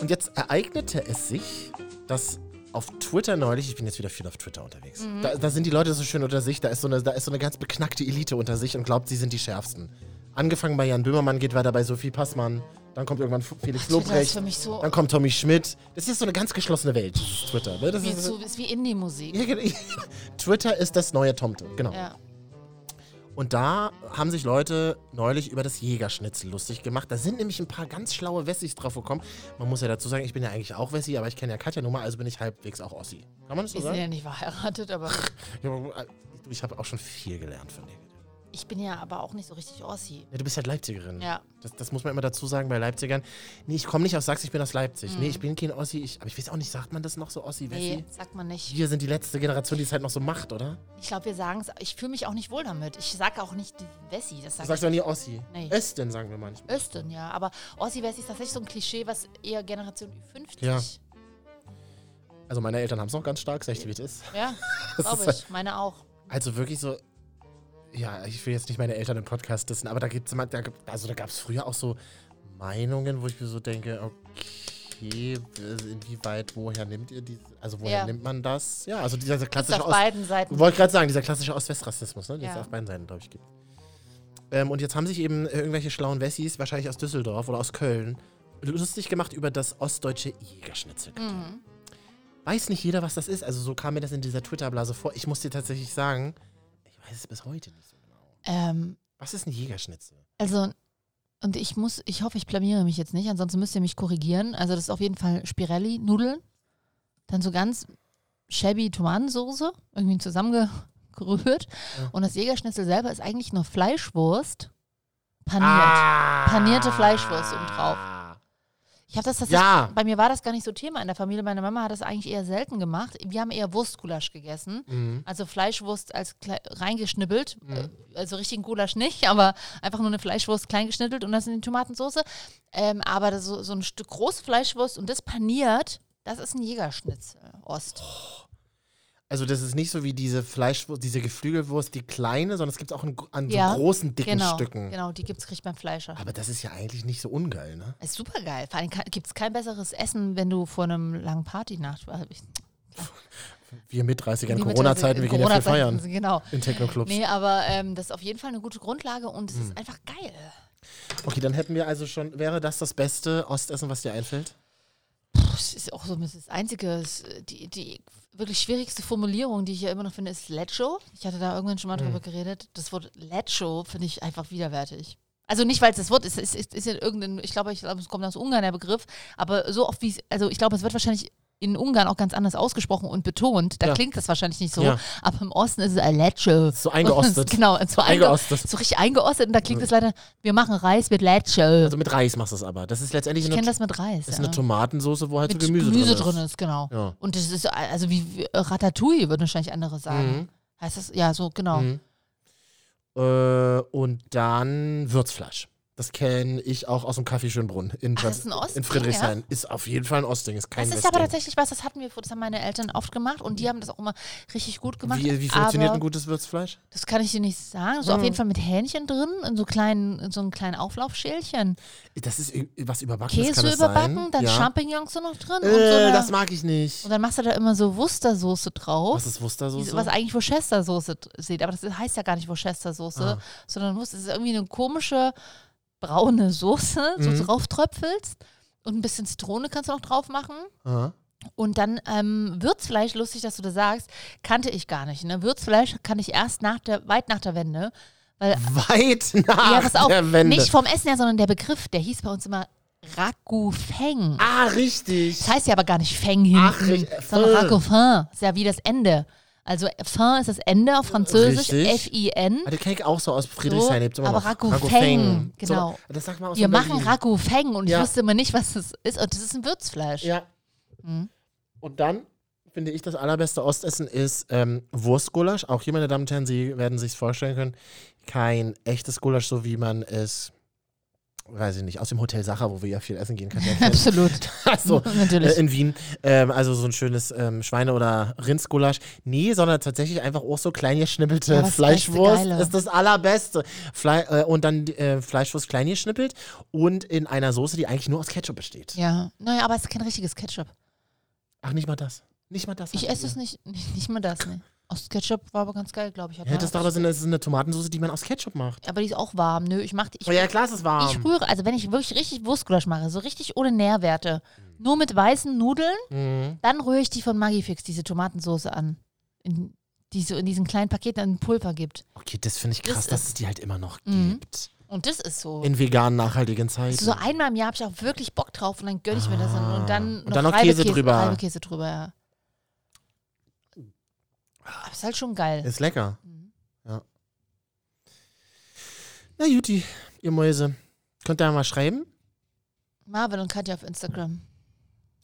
A: Und jetzt ereignete es sich, dass auf Twitter neulich, ich bin jetzt wieder viel auf Twitter unterwegs,
B: Mhm.
A: da, da sind die Leute so schön unter sich, da ist so, eine, da ist so eine ganz beknackte Elite unter sich und glaubt, sie sind die Schärfsten. Angefangen bei Jan Böhmermann, geht weiter bei Sophie Passmann, dann kommt irgendwann Felix
B: Twitter ist
A: Lobrecht.
B: für mich so
A: Dann kommt Tommy Schmidt. Das ist so eine ganz geschlossene Welt, dieses Twitter. Ne? Das
B: wie,
A: ist,
B: Also so, ist wie Indie-Musik.
A: Ja, genau. Twitter ist das neue Tomte, genau.
B: Ja.
A: Und da haben sich Leute neulich über das Jägerschnitzel lustig gemacht. Da sind nämlich ein paar ganz schlaue Wessis drauf gekommen. Man muss ja dazu sagen, ich bin ja eigentlich auch Wessi, aber ich kenne ja Katja Nummer, also bin ich halbwegs auch Ossi. Kann man das so
B: Wir sind
A: sagen?
B: ja nicht verheiratet, aber
A: Ja, äh, du, Ich habe auch schon viel gelernt von dir.
B: ich bin ja aber auch nicht so richtig Aussie.
A: Ja, du bist halt Leipzigerin.
B: Ja.
A: Das, das muss man immer dazu sagen bei Leipzigern. Nee, ich komme nicht aus Sachsen, ich bin aus Leipzig. Nee, ich bin kein Ossi. Ich, aber ich weiß auch nicht, sagt man das noch so Ossi-Wessi?
B: Mhm. Nee, sagt man nicht.
A: Wir sind die letzte Generation, die es halt noch so macht, oder?
B: Ich glaube, wir sagen es. Ich fühle mich auch nicht wohl damit. Ich sage auch nicht die Wessi. Das
A: Du
B: sage
A: sagst ja nie Ossi.
B: Nee.
A: Östen sagen wir manchmal.
B: ich Östen, ja. Aber Ossi-Wessi ist tatsächlich so ein Klischee, was eher Generation Ü50.
A: Ja. Also meine Eltern haben es noch ganz stark, sag ich dir, wie es ist.
B: ja
A: Das
B: glaube
A: ist halt-
B: ich. Meine auch.
A: Also wirklich so. Ja, ich will jetzt nicht meine Eltern im Podcast dissen, aber da gibt's immer, da gibt, also da gab es früher auch so Meinungen, wo ich mir so denke, okay, inwieweit, woher nimmt ihr die, also woher
B: Ja.
A: nimmt man das? Ja, also dieser
B: Ist
A: klassische
B: auf
A: Ost,
B: beiden Seiten.
A: Wollte gerade sagen, dieser klassische Ost-West-Rassismus, ne, den es
B: Ja.
A: auf beiden Seiten, glaube ich, gibt. Ähm, und jetzt haben sich eben irgendwelche schlauen Wessis, wahrscheinlich aus Düsseldorf oder aus Köln, lustig gemacht über das ostdeutsche Jägerschnitzel.
B: Mhm.
A: Weiß nicht jeder, was das ist. Also so kam mir das in dieser Twitter-Blase vor. Ich muss dir tatsächlich sagen, ich weiß es bis heute nicht so genau.
B: Ähm,
A: Was ist ein Jägerschnitzel?
B: also Und ich muss, ich hoffe, ich blamiere mich jetzt nicht, ansonsten müsst ihr mich korrigieren. Also das ist auf jeden Fall Spirelli-Nudeln, dann so ganz shabby Tomatensoße, irgendwie zusammengerührt. Und das Jägerschnitzel selber ist eigentlich nur Fleischwurst, paniert.
A: Ah.
B: Panierte Fleischwurst obendrauf. Ich habe das tatsächlich,
A: Ja.
B: bei mir war das gar nicht so Thema in der Familie. Meine Mama hat das eigentlich eher selten gemacht. Wir haben eher Wurstgulasch gegessen.
A: Mhm.
B: Also Fleischwurst als klei- reingeschnibbelt, äh, also richtigen Gulasch nicht, aber einfach nur eine Fleischwurst kleingeschnittelt und das in die Tomatensoße. Ähm, aber das, so, so ein Stück große Fleischwurst und das paniert, das ist ein Jägerschnitzel,
A: Oh,
B: Ost.
A: Also das ist nicht so wie diese Fleischwurst, diese Geflügelwurst, die kleine, sondern es gibt auch in, gro- an so
B: Ja,
A: großen, dicken
B: genau,
A: Stücken.
B: genau, die gibt's kriegt beim Fleischer.
A: Aber das ist ja eigentlich nicht so ungeil, ne?
B: Ist super geil. Vor allem gibt es kein besseres Essen, wenn du vor einem langen Partynacht warst.
A: Wir mit 30 in Corona-Zeiten, wir gehen ja viel feiern.
B: Genau.
A: In Techno-Clubs.
B: Nee, aber ähm, das ist auf jeden Fall eine gute Grundlage und es ist
A: Hm.
B: einfach geil.
A: Okay, dann hätten wir also schon, wäre das das beste Ostessen, was dir einfällt?
B: Das ist auch so das ist das einzige, es- die, die wirklich schwierigste Formulierung, die ich ja immer noch finde, ist Lecho. Ich hatte da irgendwann schon mal
A: Hm.
B: drüber geredet. Das Wort Lecho finde ich einfach widerwärtig. Also nicht, weil es das Wort ist, es ist, ist ja irgendein, ich glaube, ich glaube, es kommt aus Ungarn der Begriff, aber so oft wie es, also ich glaube, es wird wahrscheinlich in Ungarn auch ganz anders ausgesprochen und betont. Da
A: Ja.
B: klingt das wahrscheinlich nicht so,
A: Ja.
B: aber im Osten ist es Lecho.
A: So eingeostet.
B: genau, so, einge
A: Eingeostet.
B: so richtig eingeostet und da klingt es leider, wir machen Reis mit Lecho.
A: Also mit Reis machst du es aber. Das ist letztendlich
B: ich
A: eine,
B: kenne das mit Reis.
A: ist
B: ja
A: eine Tomatensoße, wo halt so
B: mit
A: Gemüse, drin ist.
B: genau.
A: Ja.
B: Und das ist also wie wie Ratatouille würden wahrscheinlich andere sagen. Heißt das ja so genau.
A: Mhm. Äh, und dann Würzfleisch. Das kenne ich auch aus dem Café Schönbrunn in,
B: Ach, Ah, das ist ein
A: Bad-
B: Ostding,
A: in Friedrichshain. Ist auf jeden Fall ein Ostding, ist kein
B: Das ist
A: Westding.
B: aber tatsächlich was, das hatten wir, vor- das haben meine Eltern oft gemacht und die haben das auch immer richtig gut gemacht.
A: wie, wie funktioniert Mhm.
B: aber
A: ein gutes Würzfleisch?
B: Das kann ich dir nicht sagen. So auf jeden Fall mit Hähnchen drin, in so kleinen, in so einem kleinen Auflaufschälchen.
A: Das ist i- was überbackenes. kann
B: Käse
A: das
B: überbacken,
A: sein?
B: dann
A: ja.
B: Champignons so noch drin
A: Äh,
B: und, so eine,
A: das mag ich nicht.
B: und dann machst du da immer so Worcestersoße drauf.
A: Was ist
B: Diese-
A: Wustersoße?
B: Was eigentlich Worcestersoße d- sieht, aber das heißt ja gar nicht Worcestersoße,
A: Ah.
B: sondern muss, es ist irgendwie eine komische braune Soße, so
A: Mhm.
B: drauf tröpfelst und ein bisschen Zitrone kannst du noch drauf machen.
A: Aha.
B: Und dann ähm, Würzfleisch, lustig, dass du das sagst, kannte ich gar nicht. Ne? Würzfleisch kann ich erst nach der, weit nach der Wende, weil
A: Weit nach
B: ja, pass auf,
A: der Wende.
B: nicht vom Essen her, sondern der Begriff, der hieß bei uns immer Ragu Feng.
A: ah, richtig.
B: Das heißt ja aber gar nicht Feng hinten,
A: Ach, richtig.
B: sondern
A: Fin.
B: Raccoffin. Ist ja wie das Ende. Also Fin ist das Ende auf Französisch,
A: Richtig.
B: F-I-n.
A: Ah, das kenne ich auch so aus Friedrichshain. Gibt's immer
B: aber
A: noch.
B: Ragu Feng, genau.
A: So, das sagt man aus
B: Wir
A: Berlin.
B: machen Ragu Feng und
A: Ja.
B: ich wusste immer nicht, was das ist. Und das ist ein Würzfleisch.
A: Ja.
B: Mhm.
A: Und dann finde ich, das allerbeste Ostessen ist ähm, Wurstgulasch. Auch hier, meine Damen und Herren, Sie werden sich vorstellen können, kein echtes Gulasch, so wie man es, weiß ich nicht, aus dem Hotel Sacher, wo wir ja viel essen gehen können. kennt.
B: Absolut.
A: also,
B: Natürlich.
A: äh, in Wien. Ähm, also so ein schönes ähm, Schweine- oder Rindsgulasch. Nee, sondern tatsächlich einfach auch so klein geschnippelte
B: Ja, was
A: Fleischwurst.
B: heißt die Geile?
A: Ist das allerbeste. Fle äh, und dann äh, Fleischwurst klein geschnippelt und in einer Soße, die eigentlich nur aus Ketchup besteht.
B: Ja. Naja, aber es ist kein richtiges Ketchup.
A: Ach, nicht mal das. Nicht mal das.
B: Ich
A: hatten
B: esse
A: wir.
B: es nicht, nicht, nicht mal das. Nee. Aus Ketchup war aber ganz geil, glaube ich. Hat
A: Ja,
B: man-
A: das doch aber so eine, das ist eine Tomatensauce, die man aus Ketchup macht.
B: aber die ist auch warm. Nö, ich mache die. Ich,
A: Oh ja, klar, es ist warm.
B: ich rühre, also wenn ich wirklich richtig Wurstgulasch mache, so richtig ohne Nährwerte, nur mit weißen Nudeln,
A: Mhm.
B: Dann rühre ich die von Magifix, diese Tomatensoße an, in, die so in diesen kleinen Paketen in Pulver gibt.
A: Okay, das finde ich
B: Das
A: krass,
B: ist-
A: dass es die halt immer noch
B: Mhm.
A: gibt.
B: Und das ist so.
A: In vegan nachhaltigen Zeiten.
B: Also so einmal im Jahr habe ich auch wirklich Bock drauf und dann gönne ich mir das. Und, und dann
A: Ah. Und dann noch Käse drüber.
B: Reibekäse drüber, ja. Aber ist halt schon geil.
A: ist lecker.
B: Mhm.
A: Ja. Na Juti, ihr Mäuse. Könnt ihr ja mal schreiben?
B: Marvin und Katja auf Instagram.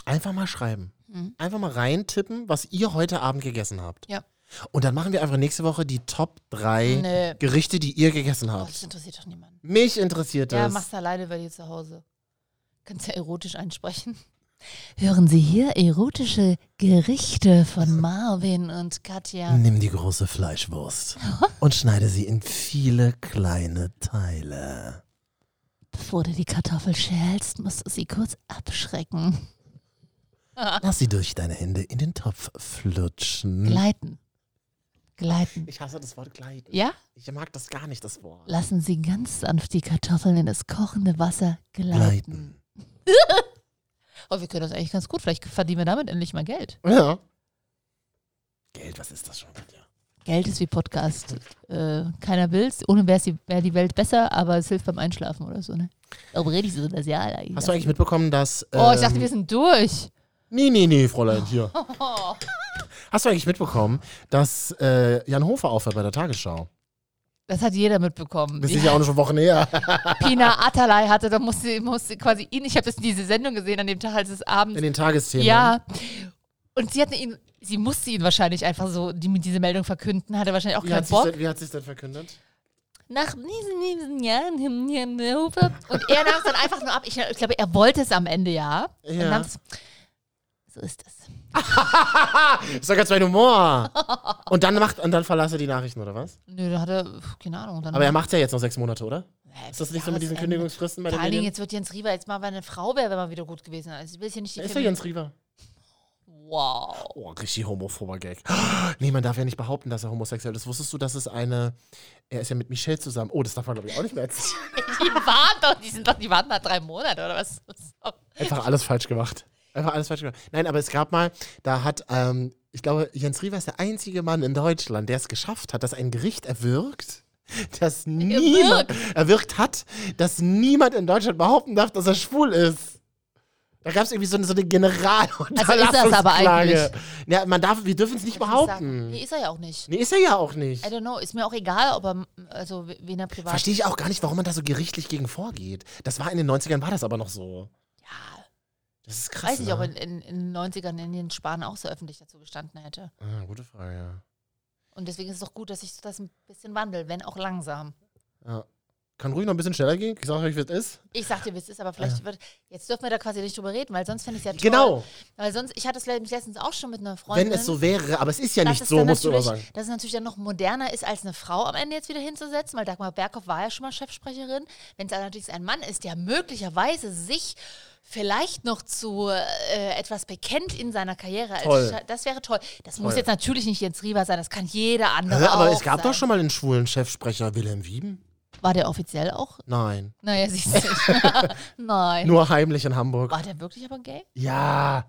A: Einfach mal schreiben.
B: Mhm.
A: Einfach mal reintippen, was ihr heute Abend gegessen habt.
B: Ja.
A: Und dann machen wir einfach nächste Woche die Top 3
B: Nee.
A: Gerichte, die ihr gegessen
B: Oh, das
A: habt.
B: interessiert doch niemanden.
A: Mich interessiert
B: Ja,
A: das.
B: mach's alleine bei dir zu Hause. Kannst ja erotisch einsprechen. Hören Sie hier erotische Gerichte von Marvin und Katja.
C: Nimm die große Fleischwurst und schneide sie in viele kleine Teile.
B: Bevor du die Kartoffel schälst, musst du sie kurz abschrecken.
C: Lass sie durch deine Hände in den Topf
A: Hm.
C: flutschen.
B: Gleiten. Gleiten.
A: Ich hasse das Wort Gleiten.
B: Ja?
A: Ich mag das gar nicht, das Wort.
B: Lassen Sie ganz sanft die Kartoffeln in das kochende Wasser gleiten.
C: Gleiten.
B: Oh, wir können das eigentlich ganz gut. Vielleicht verdienen wir damit endlich mal Geld.
A: Ja.
C: Geld, was ist das schon? Katja?
B: Geld ist wie Podcast. Äh, keiner will's. Ohne wäre wär die Welt besser, aber es hilft beim Einschlafen oder so, ne? Warum rede ich so das Jahr eigentlich?
A: Hast du eigentlich mitbekommen, dass.
B: oh, ich dachte,
A: ähm,
B: wir sind Oh. durch.
A: Nee, nee, nee, Fräulein, hier. Hast du eigentlich mitbekommen, dass äh, Jan Hofer aufhört bei der Tagesschau?
B: Das hat jeder mitbekommen.
A: Das ist ja auch noch schon Wochen her.
B: Pina Atalay hatte, da musste, musste quasi ihn, ich habe das diese Sendung gesehen an dem Tag, als es abends.
A: In den Tagesthemen.
B: Ja. Und sie hatte ihn, sie musste ihn wahrscheinlich einfach so die, mit diese Meldung verkünden, hatte wahrscheinlich auch
A: Wie
B: keinen
A: hat, sich
B: Bock.
A: denn, wie hat sich denn verkündet?
B: Nach diesen, diesen Jahren im Hinterhofe. Und er nahm es dann einfach nur ab. Ich, ich glaube, er wollte es am Ende ja. Und
A: Ja.
B: nahm's- So ist es.
A: Ist doch ganz mein Humor. Und dann, macht, und dann verlasse die Nachrichten, oder was?
B: Nö, da hat er, pf, keine Ahnung. Dann
A: Aber er macht ja jetzt noch sechs Monate, oder?
B: Hä,
A: Ist das nicht so mit diesen
B: Jahresende.
A: Kündigungsfristen bei
B: Vor
A: den
B: allen Dingen,
A: Medien?
B: jetzt wird Jens Rieber jetzt mal, wenn eine Frau wäre, wenn man wieder gut gewesen ist. Ich will hier nicht die
A: Da Ist ja
B: Femi-
A: Jens Rieber.
B: Wow.
A: Oh, richtig homophober Gag. Nee, man darf ja nicht behaupten, dass er homosexuell ist. Wusstest du, dass es eine. Er ist ja mit Michelle zusammen. Oh, das darf man, glaube ich, auch nicht mehr erzählen.
B: Die waren doch, die sind doch, die waren mal drei Monate oder was?
A: Einfach alles falsch gemacht. Einfach alles falsch gemacht. Nein, aber es gab mal, da hat, ähm, ich glaube, Jens Riewer ist der einzige Mann in Deutschland, der es geschafft hat, dass ein Gericht erwirkt, dass niemand erwirkt hat, dass niemand in Deutschland behaupten darf, dass er schwul ist. Da gab es irgendwie so eine, so eine Generalunterlassungsklage.
B: Also ist das Also aber eigentlich?
A: Ja, man darf, wir dürfen es nicht behaupten.
B: Nee, ist er ja auch nicht.
A: Nee, ist er ja auch nicht.
B: I don't know, ist mir auch egal, ob er, also we- wen er privat.
A: Verstehe ich auch gar nicht, warum man da so gerichtlich gegen vorgeht. Das war in den 90ern, war das aber noch so.
B: Ja,
A: Das ist krass.
B: weiß ich,
A: ne?
B: ob in, in, in den 90ern in den Spahn auch so öffentlich dazu gestanden hätte.
A: Ah, gute Frage, ja.
B: Und deswegen ist es doch gut, dass ich das ein bisschen wandel, wenn auch langsam.
A: Ja. Kann ruhig noch ein bisschen schneller gehen. Ich sage euch, wie es ist.
B: Ich sag dir, wie es ist, aber vielleicht wird. Jetzt dürfen wir da quasi nicht drüber reden, weil sonst finde ich es ja toll.
A: Genau,
B: Weil sonst, ich hatte es le- mich letztens auch schon mit einer Freundin.
A: wenn es so wäre. Aber es ist ja
B: dass
A: nicht
B: es
A: so,
B: dann
A: musst du immer
B: natürlich-
A: sagen.
B: Dass es natürlich dann noch moderner ist, als eine Frau am Ende jetzt wieder hinzusetzen, weil Dagmar Berghoff war ja schon mal Chefsprecherin. Wenn es allerdings ein Mann ist, der möglicherweise sich vielleicht noch zu äh, etwas bekennt in seiner Karriere, als
A: Toll.
B: Scha- das wäre toll. Das muss
A: Toll.
B: jetzt natürlich nicht Jens Rieber sein, das kann jeder andere
A: Hä, aber
B: auch
A: es gab
B: sein.
A: doch schon mal einen schwulen Chefsprecher, Wilhelm Wieben.
B: War der offiziell auch?
A: Nein.
B: Naja, siehst du. Nein.
A: Nur heimlich in Hamburg.
B: War der wirklich aber gay?
A: Ja.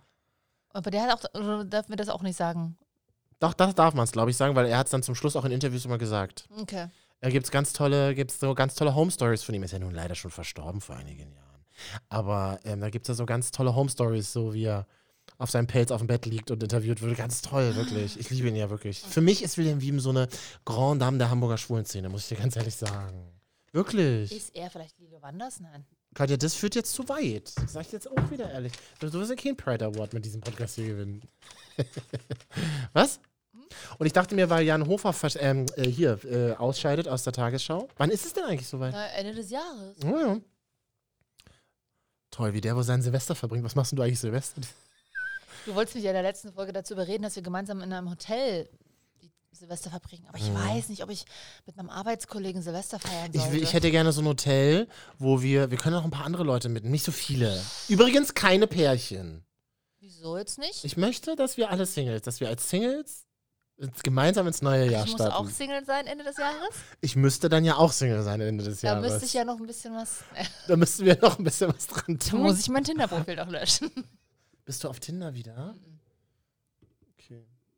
B: Aber der hat auch, oder darf mir das auch nicht sagen.
A: Doch, das darf man es, glaube ich, sagen, weil er hat es dann zum Schluss auch in Interviews immer gesagt.
B: Okay.
A: Da gibt es ganz tolle, gibt's so ganz tolle Home-Stories von ihm. Er ist ja nun leider schon verstorben vor einigen Jahren. Aber ähm, da gibt es ja so ganz tolle Home-Stories, so wie er auf seinem Pelz auf dem Bett liegt und interviewt wird. Ganz toll, wirklich. Ich liebe ihn ja wirklich. Für mich ist William Wieben so eine Grand Dame der Hamburger Schwulenszene, muss ich dir ganz ehrlich sagen. Wirklich.
B: Ist er vielleicht Lilo Wanders? Nein.
A: Katja, das führt jetzt zu weit. Das sag ich jetzt auch wieder ehrlich. Du wirst ja keinen Pride Award mit diesem Podcast hier gewinnen. Was? Und ich dachte mir, weil Jan Hofer vers- ähm, äh, hier äh, ausscheidet aus der Tagesschau. Wann ist es denn eigentlich soweit?
B: Na, Äh, Ende des Jahres.
A: Oh ja. Toll, wie der wohl sein Silvester verbringt. Was machst denn du eigentlich Silvester?
B: Du wolltest mich ja in der letzten Folge dazu überreden, dass wir gemeinsam in einem Hotel die Silvester verbringen. Aber ich weiß nicht, ob ich mit einem Arbeitskollegen Silvester feiern
A: Hm. Ich,
B: sollte.
A: will- ich hätte gerne so ein Hotel, wo wir. Wir können auch ein paar andere Leute mitnehmen, nicht so viele. Übrigens keine Pärchen.
B: Wieso jetzt nicht?
A: Ich möchte, dass wir alle Singles, dass wir als Singles ins- gemeinsam ins neue Jahr
B: ich muss auch
A: starten.
B: Single sein Ende des Jahres.
A: ich müsste dann ja auch Single sein Ende des
B: Da
A: Jahres.
B: müsste ich ja noch ein bisschen was.
A: da müssten wir noch ein bisschen was dran
B: Da
A: tun.
B: muss ich mein Tinder-Profil doch löschen.
A: Bist du auf Tinder wieder? Okay.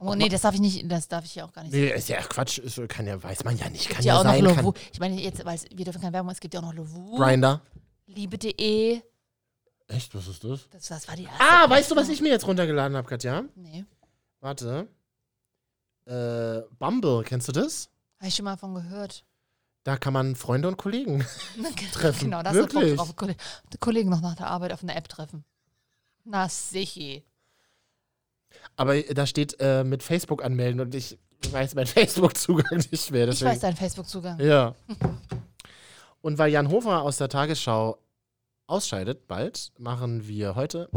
B: Oh nee, das darf ich nicht, das darf ich ja auch gar nicht sagen.
A: Nee, ist ja Quatsch, ist, kann ja, weiß man ja nicht. Kann
B: Es gibt ja
A: ja,
B: auch noch
A: sein.
B: Lovu.
A: Kann,
B: Ich meine, jetzt, weil es- wir dürfen keine Werbung, es gibt ja auch noch Lovu,
A: Grinder.
B: Liebe.de.
A: Echt, was ist das?
B: Das, das war die erste.
A: Ah, weißt du, was ich mir jetzt runtergeladen habe, Katja?
B: Nee.
A: Warte. Äh, Bumble, kennst du das?
B: Habe ich schon mal von gehört.
A: Da kann man Freunde und Kollegen. Treffen.
B: Genau, das
A: Wirklich?
B: ist Bock drauf. Kolle- Die Kollegen noch nach der Arbeit auf einer App treffen. Na, sichi.
A: Aber da steht äh, mit Facebook anmelden und ich weiß meinen Facebook-Zugang nicht mehr.
B: Ich
A: Deswegen.
B: weiß deinen Facebook-Zugang.
A: Ja. Und weil Jan Hofer aus der Tagesschau ausscheidet, bald machen wir heute.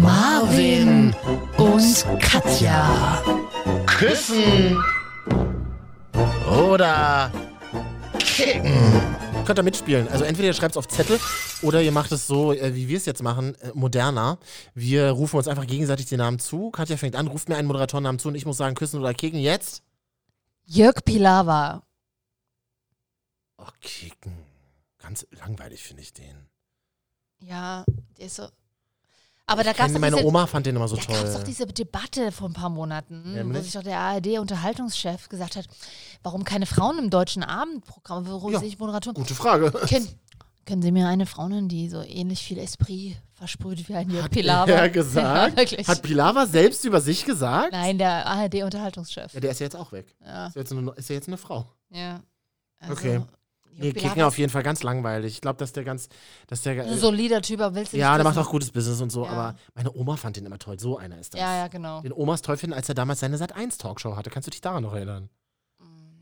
B: Marvin und Katja.
C: Küssen oder
A: Könnt ihr mitspielen. Also entweder ihr schreibt es auf Zettel oder ihr macht es so, äh, wie wir es jetzt machen, äh, moderner. Wir rufen uns einfach gegenseitig den Namen zu. Katja fängt an, ruft mir einen Moderatorennamen zu und ich muss sagen, küssen oder kicken jetzt.
B: Jörg Pilawa.
A: Oh, kicken. Ganz langweilig finde ich den.
B: Ja, der ist so. Aber da gab es
A: Kenn-
B: doch
A: Meine
B: diese,
A: Oma fand den immer so
B: da gab's doch
A: toll.
B: diese Debatte vor ein paar Monaten, wo
A: Nämlich?
B: sich doch der ARD-Unterhaltungschef gesagt hat, warum keine Frauen im deutschen Abendprogramm, warum
A: Ja,
B: sich Moderatoren.
A: Gute Frage.
B: Können, können Sie mir eine Frau nennen, die so ähnlich viel Esprit versprüht wie ein Jörg Pilawa?
A: Ja,
B: Ja,
A: gesagt.
B: wirklich.
A: Hat Pilawa selbst über sich gesagt?
B: Nein, der ARD-Unterhaltungschef.
A: Ja, der ist ja jetzt auch weg.
B: Ja.
A: Ist ja jetzt eine, ist ja jetzt eine Frau.
B: ja. Also,
A: Okay. Nee,
B: Jörg
A: Gegner
B: Pilawa
A: auf jeden Fall ganz langweilig. Ich glaube, dass der ganz, dass der, äh,
B: ist ein solider Typ, aber willst du
A: ja,
B: nicht
A: der macht
B: wissen.
A: auch gutes Business und so.
B: Ja.
A: Aber meine Oma fand den immer toll. So einer ist das.
B: Ja, ja, genau.
A: Den Omas toll finden, als er damals seine Sat 1 Talkshow hatte. Kannst du dich daran noch erinnern?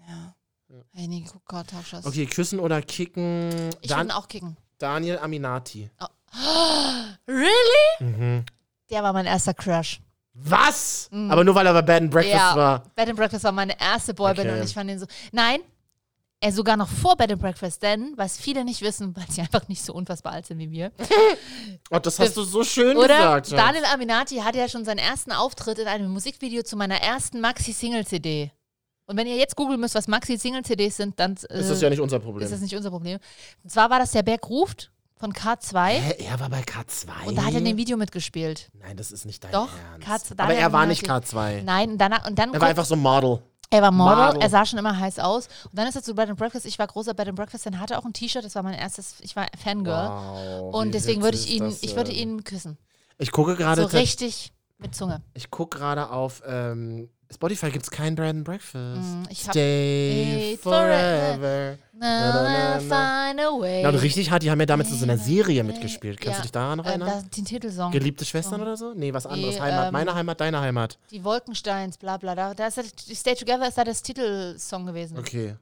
B: Ja. Hab ich nie geguckt, Gott, Talkshows.
A: Okay, küssen oder kicken.
B: Ich
A: Dan
B: würde ihn auch kicken.
A: Daniel Aminati.
B: Really?
A: Mhm.
B: Der war mein erster Crush.
A: Was? Aber nur weil er bei Bad and Breakfast
B: Mhm. ja,
A: war.
B: Bed and Breakfast war meine erste Boyband
A: Okay.
B: und ich fand ihn so. Nein, er sogar noch vor Bed and Breakfast, denn was viele nicht wissen, weil sie einfach nicht so unfassbar alt sind wie wir.
A: Oh, das hast du so schön
B: Oder?
A: gesagt. Schatz.
B: Daniel Aminati hatte ja schon seinen ersten Auftritt in einem Musikvideo zu meiner ersten Maxi-Single-CD. Und wenn ihr jetzt googeln müsst, was Maxi-Single-CDs sind, dann äh,
A: ist das ja nicht unser Problem.
B: ist das nicht unser Problem. Und zwar war das der Berg ruft von K2
A: Hä, er war bei K2.
B: und da hat er in dem Video mitgespielt.
A: Nein, das ist nicht dein
B: Doch,
A: Ernst.
B: K2.
A: Aber
B: Daniel
A: er war nicht
B: Aminati.
A: K2.
B: Nein, oh und, danach, und dann
A: Er war
B: guck-
A: einfach so ein Model.
B: Er war Model,
A: Model.
B: er sah schon immer heiß aus. Und dann ist er zu Bed and Breakfast. Ich war großer Bed and Breakfast, dann hatte er auch ein T-Shirt, das war mein erstes, ich war Fangirl.
A: Wow, wie
B: und deswegen würde ich
A: witzig
B: ihn,
A: ist das äh,
B: ich würde
A: denn?
B: ihn küssen.
A: Ich gucke gerade.
B: So
A: tat-
B: richtig mit Zunge.
A: Ich gucke gerade auf ähm, Spotify gibt es kein Bread and Breakfast.
B: Mm, ich hab-
A: Stay
B: Stay
A: forever.
B: forever.
A: Na, na,
B: Now
A: na,
B: I find a way.
A: Ja, und richtig hart, die haben ja damals in so einer Serie mitgespielt. Kannst
B: Ja,
A: du dich daran noch
B: äh,
A: erinnern?
B: das, den Titelsong.
A: Geliebte Schwestern oder so? Nee, was anderes.
B: Die,
A: Heimat,
B: ähm,
A: meine Heimat, deine Heimat.
B: Die Wolkensteins, bla bla. Da, da ist das, Stay Together ist da das Titelsong gewesen.
A: Okay.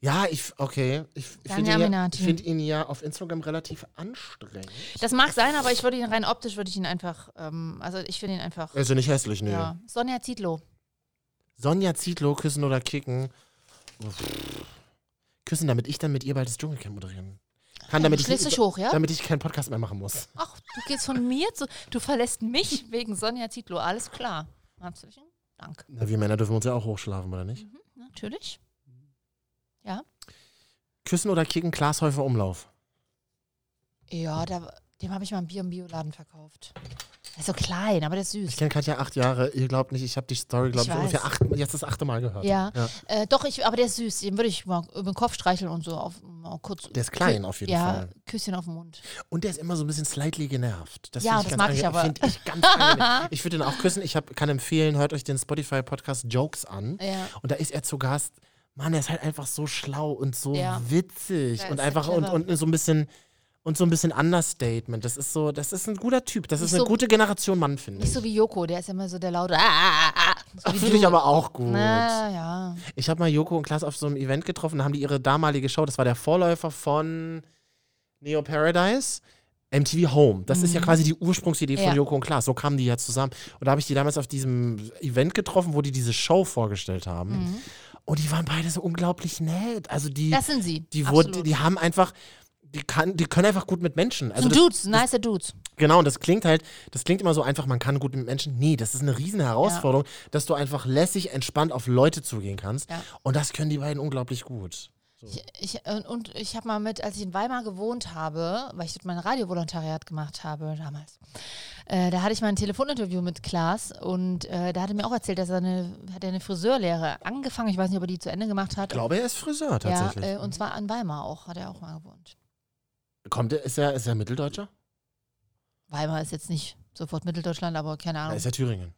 A: Ja, ich, okay. Ich
B: Daniel
A: finde ihn, ja, ich
B: Aminati.
A: find ihn ja auf Instagram relativ anstrengend.
B: Das mag sein, aber ich würde ihn rein optisch, würde ich ihn einfach, ähm, also ich finde ihn einfach,
A: Also nicht hässlich, ne.
B: ja. Sonja Zietlow.
A: Sonja Zietlow, küssen oder kicken. Uff. Küssen, damit ich dann mit ihr bald das Dschungelcamp moderieren kann. Damit ich,
B: Schlägst dich hoch, ja?
A: damit ich keinen Podcast mehr machen muss.
B: Ach, du gehst von mir zu. Du verlässt mich wegen Sonja Zietlow. Alles klar. Herzlichen Dank.
A: Na, wir Männer dürfen uns ja auch hochschlafen, oder nicht?
B: Natürlich.
A: Küssen oder kicken, Glashäufer Umlauf.
B: Ja, da, dem habe ich mal ein Bier im Bioladen verkauft. Er ist so klein, aber der ist
A: Ich
B: süß.
A: kenne Katja acht Jahre. Ihr glaubt nicht, ich habe die Story, glaube
B: Ich
A: ich,
B: weiß.
A: ungefähr acht, jetzt das achte Mal gehört.
B: Ja,
A: Ja.
B: Äh, doch, ich, aber der ist süß. Den würde ich mal über den Kopf streicheln und so auf, mal kurz.
A: Der ist klein auf jeden
B: ja,
A: Fall.
B: Küsschen auf den Mund.
A: Und der ist immer so ein bisschen slightly genervt. Das
B: Ja,
A: find
B: das mag ich
A: ange-
B: aber.
A: Find ich ganz angenehm. ich würde ihn auch küssen. Ich hab, kann empfehlen, hört euch den Spotify-Podcast Jokes an.
B: Ja.
A: Und da ist er zu Gast. Mann, er ist halt einfach so schlau und so
B: Ja.
A: witzig
B: Ja,
A: und
B: ist ja
A: einfach und,
B: clever.
A: und so ein bisschen und so ein bisschen Understatement. Das ist so, das ist ein guter Typ. Das ist
B: Nicht
A: eine
B: so-
A: gute Generation Mann, finde
B: Nicht
A: ich.
B: so wie Joko, der ist immer so der laute. Ah, ah, ah, ah. So wie
A: Finde ich
B: du.
A: aber auch gut.
B: Na, ja.
A: Ich habe mal Joko und Klaas auf so einem Event getroffen, da haben die ihre damalige Show, das war der Vorläufer von Neo Paradise, MTV Home. Das ist ja quasi die Ursprungsidee von
B: Mhm. Ja.
A: Joko und Klaas. So kamen die ja zusammen. Und da habe ich die damals auf diesem Event getroffen, wo die diese Show vorgestellt haben. Und die waren beide so unglaublich nett. Also die,
B: Mhm. Das sind sie.
A: die,
B: absolut.
A: wurden, die haben einfach. Die, kann, die können einfach gut mit Menschen. Also
B: sind
A: das,
B: Dudes, nice Dudes.
A: Genau, und das klingt halt, das klingt immer so einfach, man kann gut mit Menschen. Nee, das ist eine riesen Herausforderung, dass du einfach lässig, entspannt auf Leute zugehen kannst.
B: Ja.
A: Und das können die beiden unglaublich gut.
B: Ich, ich, und, und ich habe mal mit, als ich in Weimar gewohnt habe, weil ich dort mein Radiovolontariat gemacht habe damals, äh, da hatte ich mal ein Telefoninterview mit Klaas und äh, da hat er mir auch erzählt, dass er eine, hat er eine Friseurlehre angefangen, ich weiß nicht, ob er die zu Ende gemacht hat.
A: Ich glaube, er ist Friseur
B: ja,
A: tatsächlich.
B: äh, und zwar in Weimar auch, hat er auch mal gewohnt.
A: Kommt er, ist er, ist er Mitteldeutscher?
B: Weimar ist jetzt nicht sofort Mitteldeutschland, aber keine
A: Er
B: Ahnung.
A: ist ja Thüringen,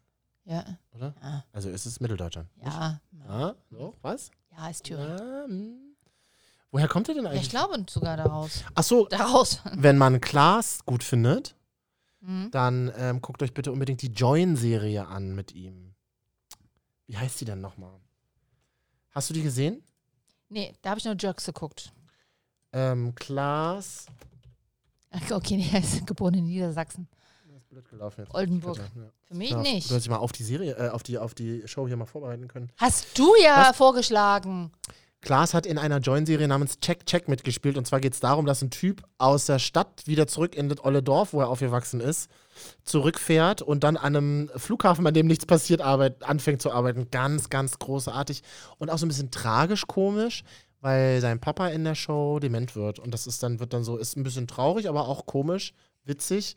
B: Ja,
A: oder?
B: ja,
A: Also ist es Mitteldeutschland.
B: ja,
A: Ah, so, was?
B: ja, ist Thüringen.
A: Ah, hm. Woher kommt er denn
B: Ja, ich
A: eigentlich?
B: glaube sogar daraus.
A: Ach so,
B: Daraus.
A: wenn man Klaas gut findet,
B: Mhm.
A: dann ähm, guckt euch bitte unbedingt die Join-Serie an mit ihm. Wie heißt die denn nochmal? Hast du die gesehen?
B: Nee, da habe ich nur Jerks geguckt.
A: Ähm, Klaas.
B: Okay, nee, er ist geboren in Niedersachsen.
A: Das ist blöd gelaufen jetzt.
B: Oldenburg.
A: Bitte, ja.
B: Für mich
A: Ja,
B: nicht.
A: Du hättest dich mal auf die Serie, äh, auf die, auf die Show hier mal vorbereiten können.
B: Hast du ja
A: Was?
B: vorgeschlagen.
A: Klaas hat in einer Join-Serie namens Check Check mitgespielt. Und zwar geht es darum, dass ein Typ aus der Stadt wieder zurück in das olle Dorf, wo er aufgewachsen ist, zurückfährt und dann an einem Flughafen, an dem nichts passiert, arbeit, anfängt zu arbeiten. Ganz, ganz großartig. Und auch so ein bisschen tragisch-komisch, weil sein Papa in der Show dement wird. Und das ist dann, wird dann so, ist ein bisschen traurig, aber auch komisch, witzig.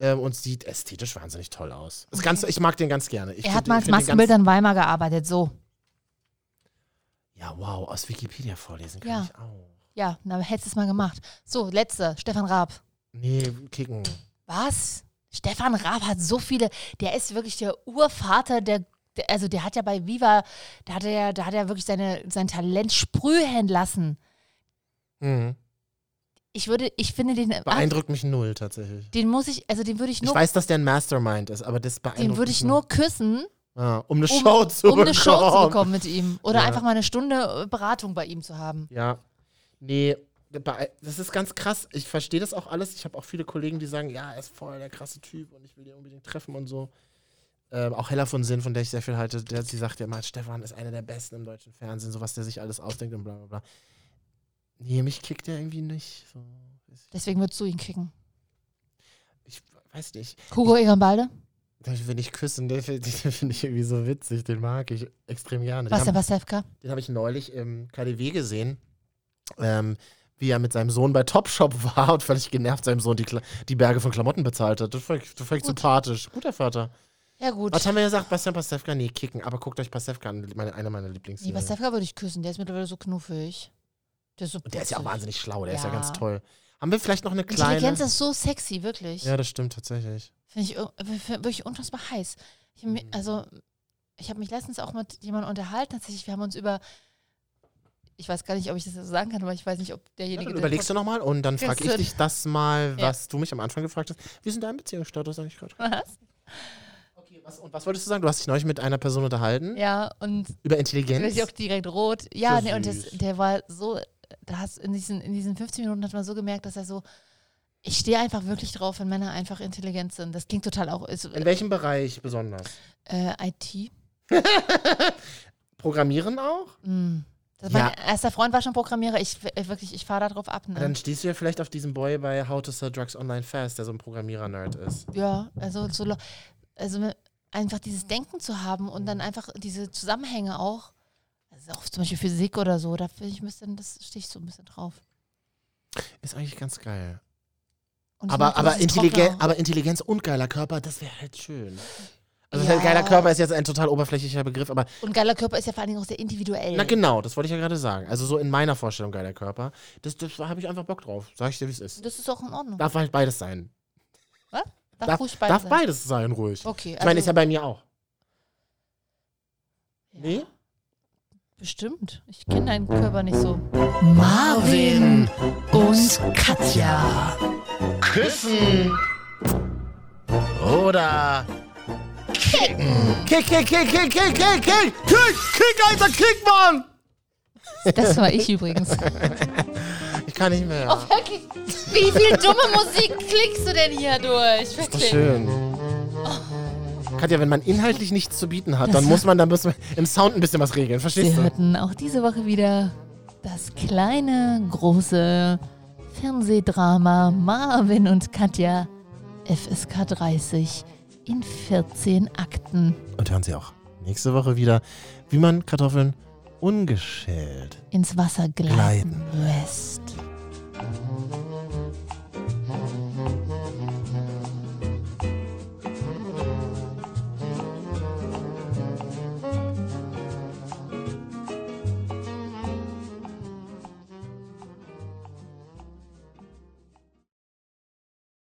A: ähm, und sieht ästhetisch wahnsinnig toll aus. Ist ganz, ich mag den ganz gerne. Ich
B: Er
A: find-
B: hat
A: ich
B: mal als
A: find den
B: Maskenbilder in Weimar gearbeitet, so.
A: Ganz, ja, wow, aus Wikipedia vorlesen kann
B: Ja.
A: ich auch.
B: Ja, na, hättest du es mal gemacht. So, letzte, Stefan Raab.
A: Nee, kicken.
B: Was? Stefan Raab hat so viele, der ist wirklich der Urvater der, der also der hat ja bei Viva, da hat er, da hat er wirklich seine, sein Talent sprühen lassen.
A: Mhm.
B: Ich würde, ich finde den,
A: Beeindruckt mich null tatsächlich.
B: den muss ich, also den würde ich
A: Ich
B: nur,
A: weiß, dass der ein Mastermind ist, aber das beeindruckt
B: den würde ich
A: mich
B: nur küssen,
A: Ah, um eine
B: um,
A: Show zu
B: um eine Show zu
A: bekommen.
B: bekommen mit ihm. Oder
A: Ja.
B: einfach mal eine Stunde äh, Beratung bei ihm zu haben.
A: Ja. Nee, bei- das ist ganz krass. Ich verstehe das auch alles. Ich habe auch viele Kollegen, die sagen, ja, er ist voll der krasse Typ und ich will ihn unbedingt treffen und so. Ähm, auch Hella von Sinn, von der ich sehr viel halte, der, sie sagt ja immer, Stefan ist einer der Besten im deutschen Fernsehen, so was der sich alles ausdenkt und bla bla bla. Nee, mich kickt er irgendwie nicht. So.
B: Deswegen würdest du ihn kicken.
A: Ich weiß nicht.
B: Hugo Egon Balde?
A: Den will ich küssen, den finde find ich irgendwie so witzig, den mag ich extrem gerne. Den
B: Bastian
A: hab-
B: Pastewka?
A: Den habe ich neulich im KDW gesehen, ähm, wie er mit seinem Sohn bei Topshop war und völlig genervt seinem Sohn die, Kla die Berge von Klamotten bezahlt hat. Das fand ich, das fand ich
B: Gut.
A: sympathisch. Guter Vater.
B: Ja, gut.
A: Was haben wir gesagt? Bastian Pastewka? Nee, kicken. Aber guckt euch Pastewka an, meine, einer meiner Lieblings.
B: Nee, Pastewka würde ich küssen, der ist mittlerweile so knuffig. Der ist so
A: Und der ist ja auch
B: putzig.
A: wahnsinnig schlau, der ist ja
B: Ja.
A: ganz toll. Haben wir vielleicht noch eine kleine.
B: Intelligenz ist so sexy, wirklich.
A: ja, das stimmt tatsächlich.
B: Finde ich ir- f- wirklich unfassbar heiß. Ich, hab mi-
A: Mhm.
B: also, ich habe mich letztens auch mit jemandem unterhalten, tatsächlich, wir haben uns über, ich weiß gar nicht, ob ich das so sagen kann, aber ich weiß nicht, ob
A: Ja,
B: derjenige.
A: dann überlegst du nochmal und dann frage ich
B: Küssen.
A: dich das mal,
B: Ja.
A: was du mich am Anfang gefragt hast. Wie ist denn dein Beziehungsstatus eigentlich gerade?
B: Was?
A: Okay, was, und was wolltest du sagen? Du hast dich neulich mit einer Person unterhalten
B: Ja, und
A: über
B: dann
A: Intelligenz.
B: ist sie auch direkt rot. Ja,
A: So
B: nee, und das,
A: süß.
B: der war so, da hast in diesen, in diesen 15 Minuten hat man so gemerkt, dass er so, ich stehe einfach wirklich drauf, wenn Männer einfach intelligent sind. Das klingt total auch, ist,
A: In welchem Bereich besonders?
B: äh, IT.
A: Programmieren auch?
B: Mm. Das
A: Ja.
B: Mein erster Freund war schon Programmierer. Ich w- wirklich, ich fahre da drauf ab. Ne?
A: Dann stehst du ja vielleicht auf diesem Boy bei How to Sell Drugs Online Fast, der so ein Programmierer-Nerd ist.
B: Ja, also so, lo- also ne- einfach dieses Denken zu haben und dann einfach diese Zusammenhänge auch, also auch zum Beispiel Physik oder so, da finde ich ein bisschen, das stehe ich so ein bisschen drauf.
A: Ist eigentlich ganz geil.
B: Und ich mag
A: Aber,
B: so
A: aber,
B: dieses
A: Intelligen
B: Trockene auch.
A: aber Intelligenz und geiler Körper, das wäre halt schön. Also
B: Ja.
A: halt geiler Körper ist jetzt ein total oberflächlicher Begriff, aber
B: Und geiler Körper ist ja vor allen Dingen auch sehr individuell.
A: na genau, das wollte ich ja gerade sagen. Also so in meiner Vorstellung geiler Körper, das, das habe ich einfach Bock drauf. Sag ich dir, wie es ist.
B: Das ist auch in Ordnung.
A: Darf halt beides sein.
B: Darf,
A: Darf,
B: ruhig beides
A: darf
B: sein.
A: beides sein, ruhig.
B: Okay, also,
A: Ich meine, ist ja bei mir auch. Nee?
B: bestimmt. Ich kenne deinen Körper nicht so.
D: Marvin und Katja.
C: Küssen oder
A: Kick, kick, kick, kick, kick, kick, kick! Kick, kick, Alter, kick, Mann!
B: Das war ich übrigens.
A: Ich kann nicht mehr.
B: Oh, wirklich? Wie viel dumme Musik klickst du denn hier durch?
A: Doch
B: Wirklich.
A: Oh, schön. Katja, wenn man inhaltlich nichts zu bieten hat, dann muss man, dann müssen wir im Sound ein bisschen was regeln, verstehst
B: Sie
A: du?
B: hörten auch diese Woche wieder das kleine, große Fernsehdrama Marvin und Katja FSK 30 in 14 Akten.
A: Und hören Sie auch nächste Woche wieder, wie man Kartoffeln ungeschält
B: ins Wasser gleiten lässt.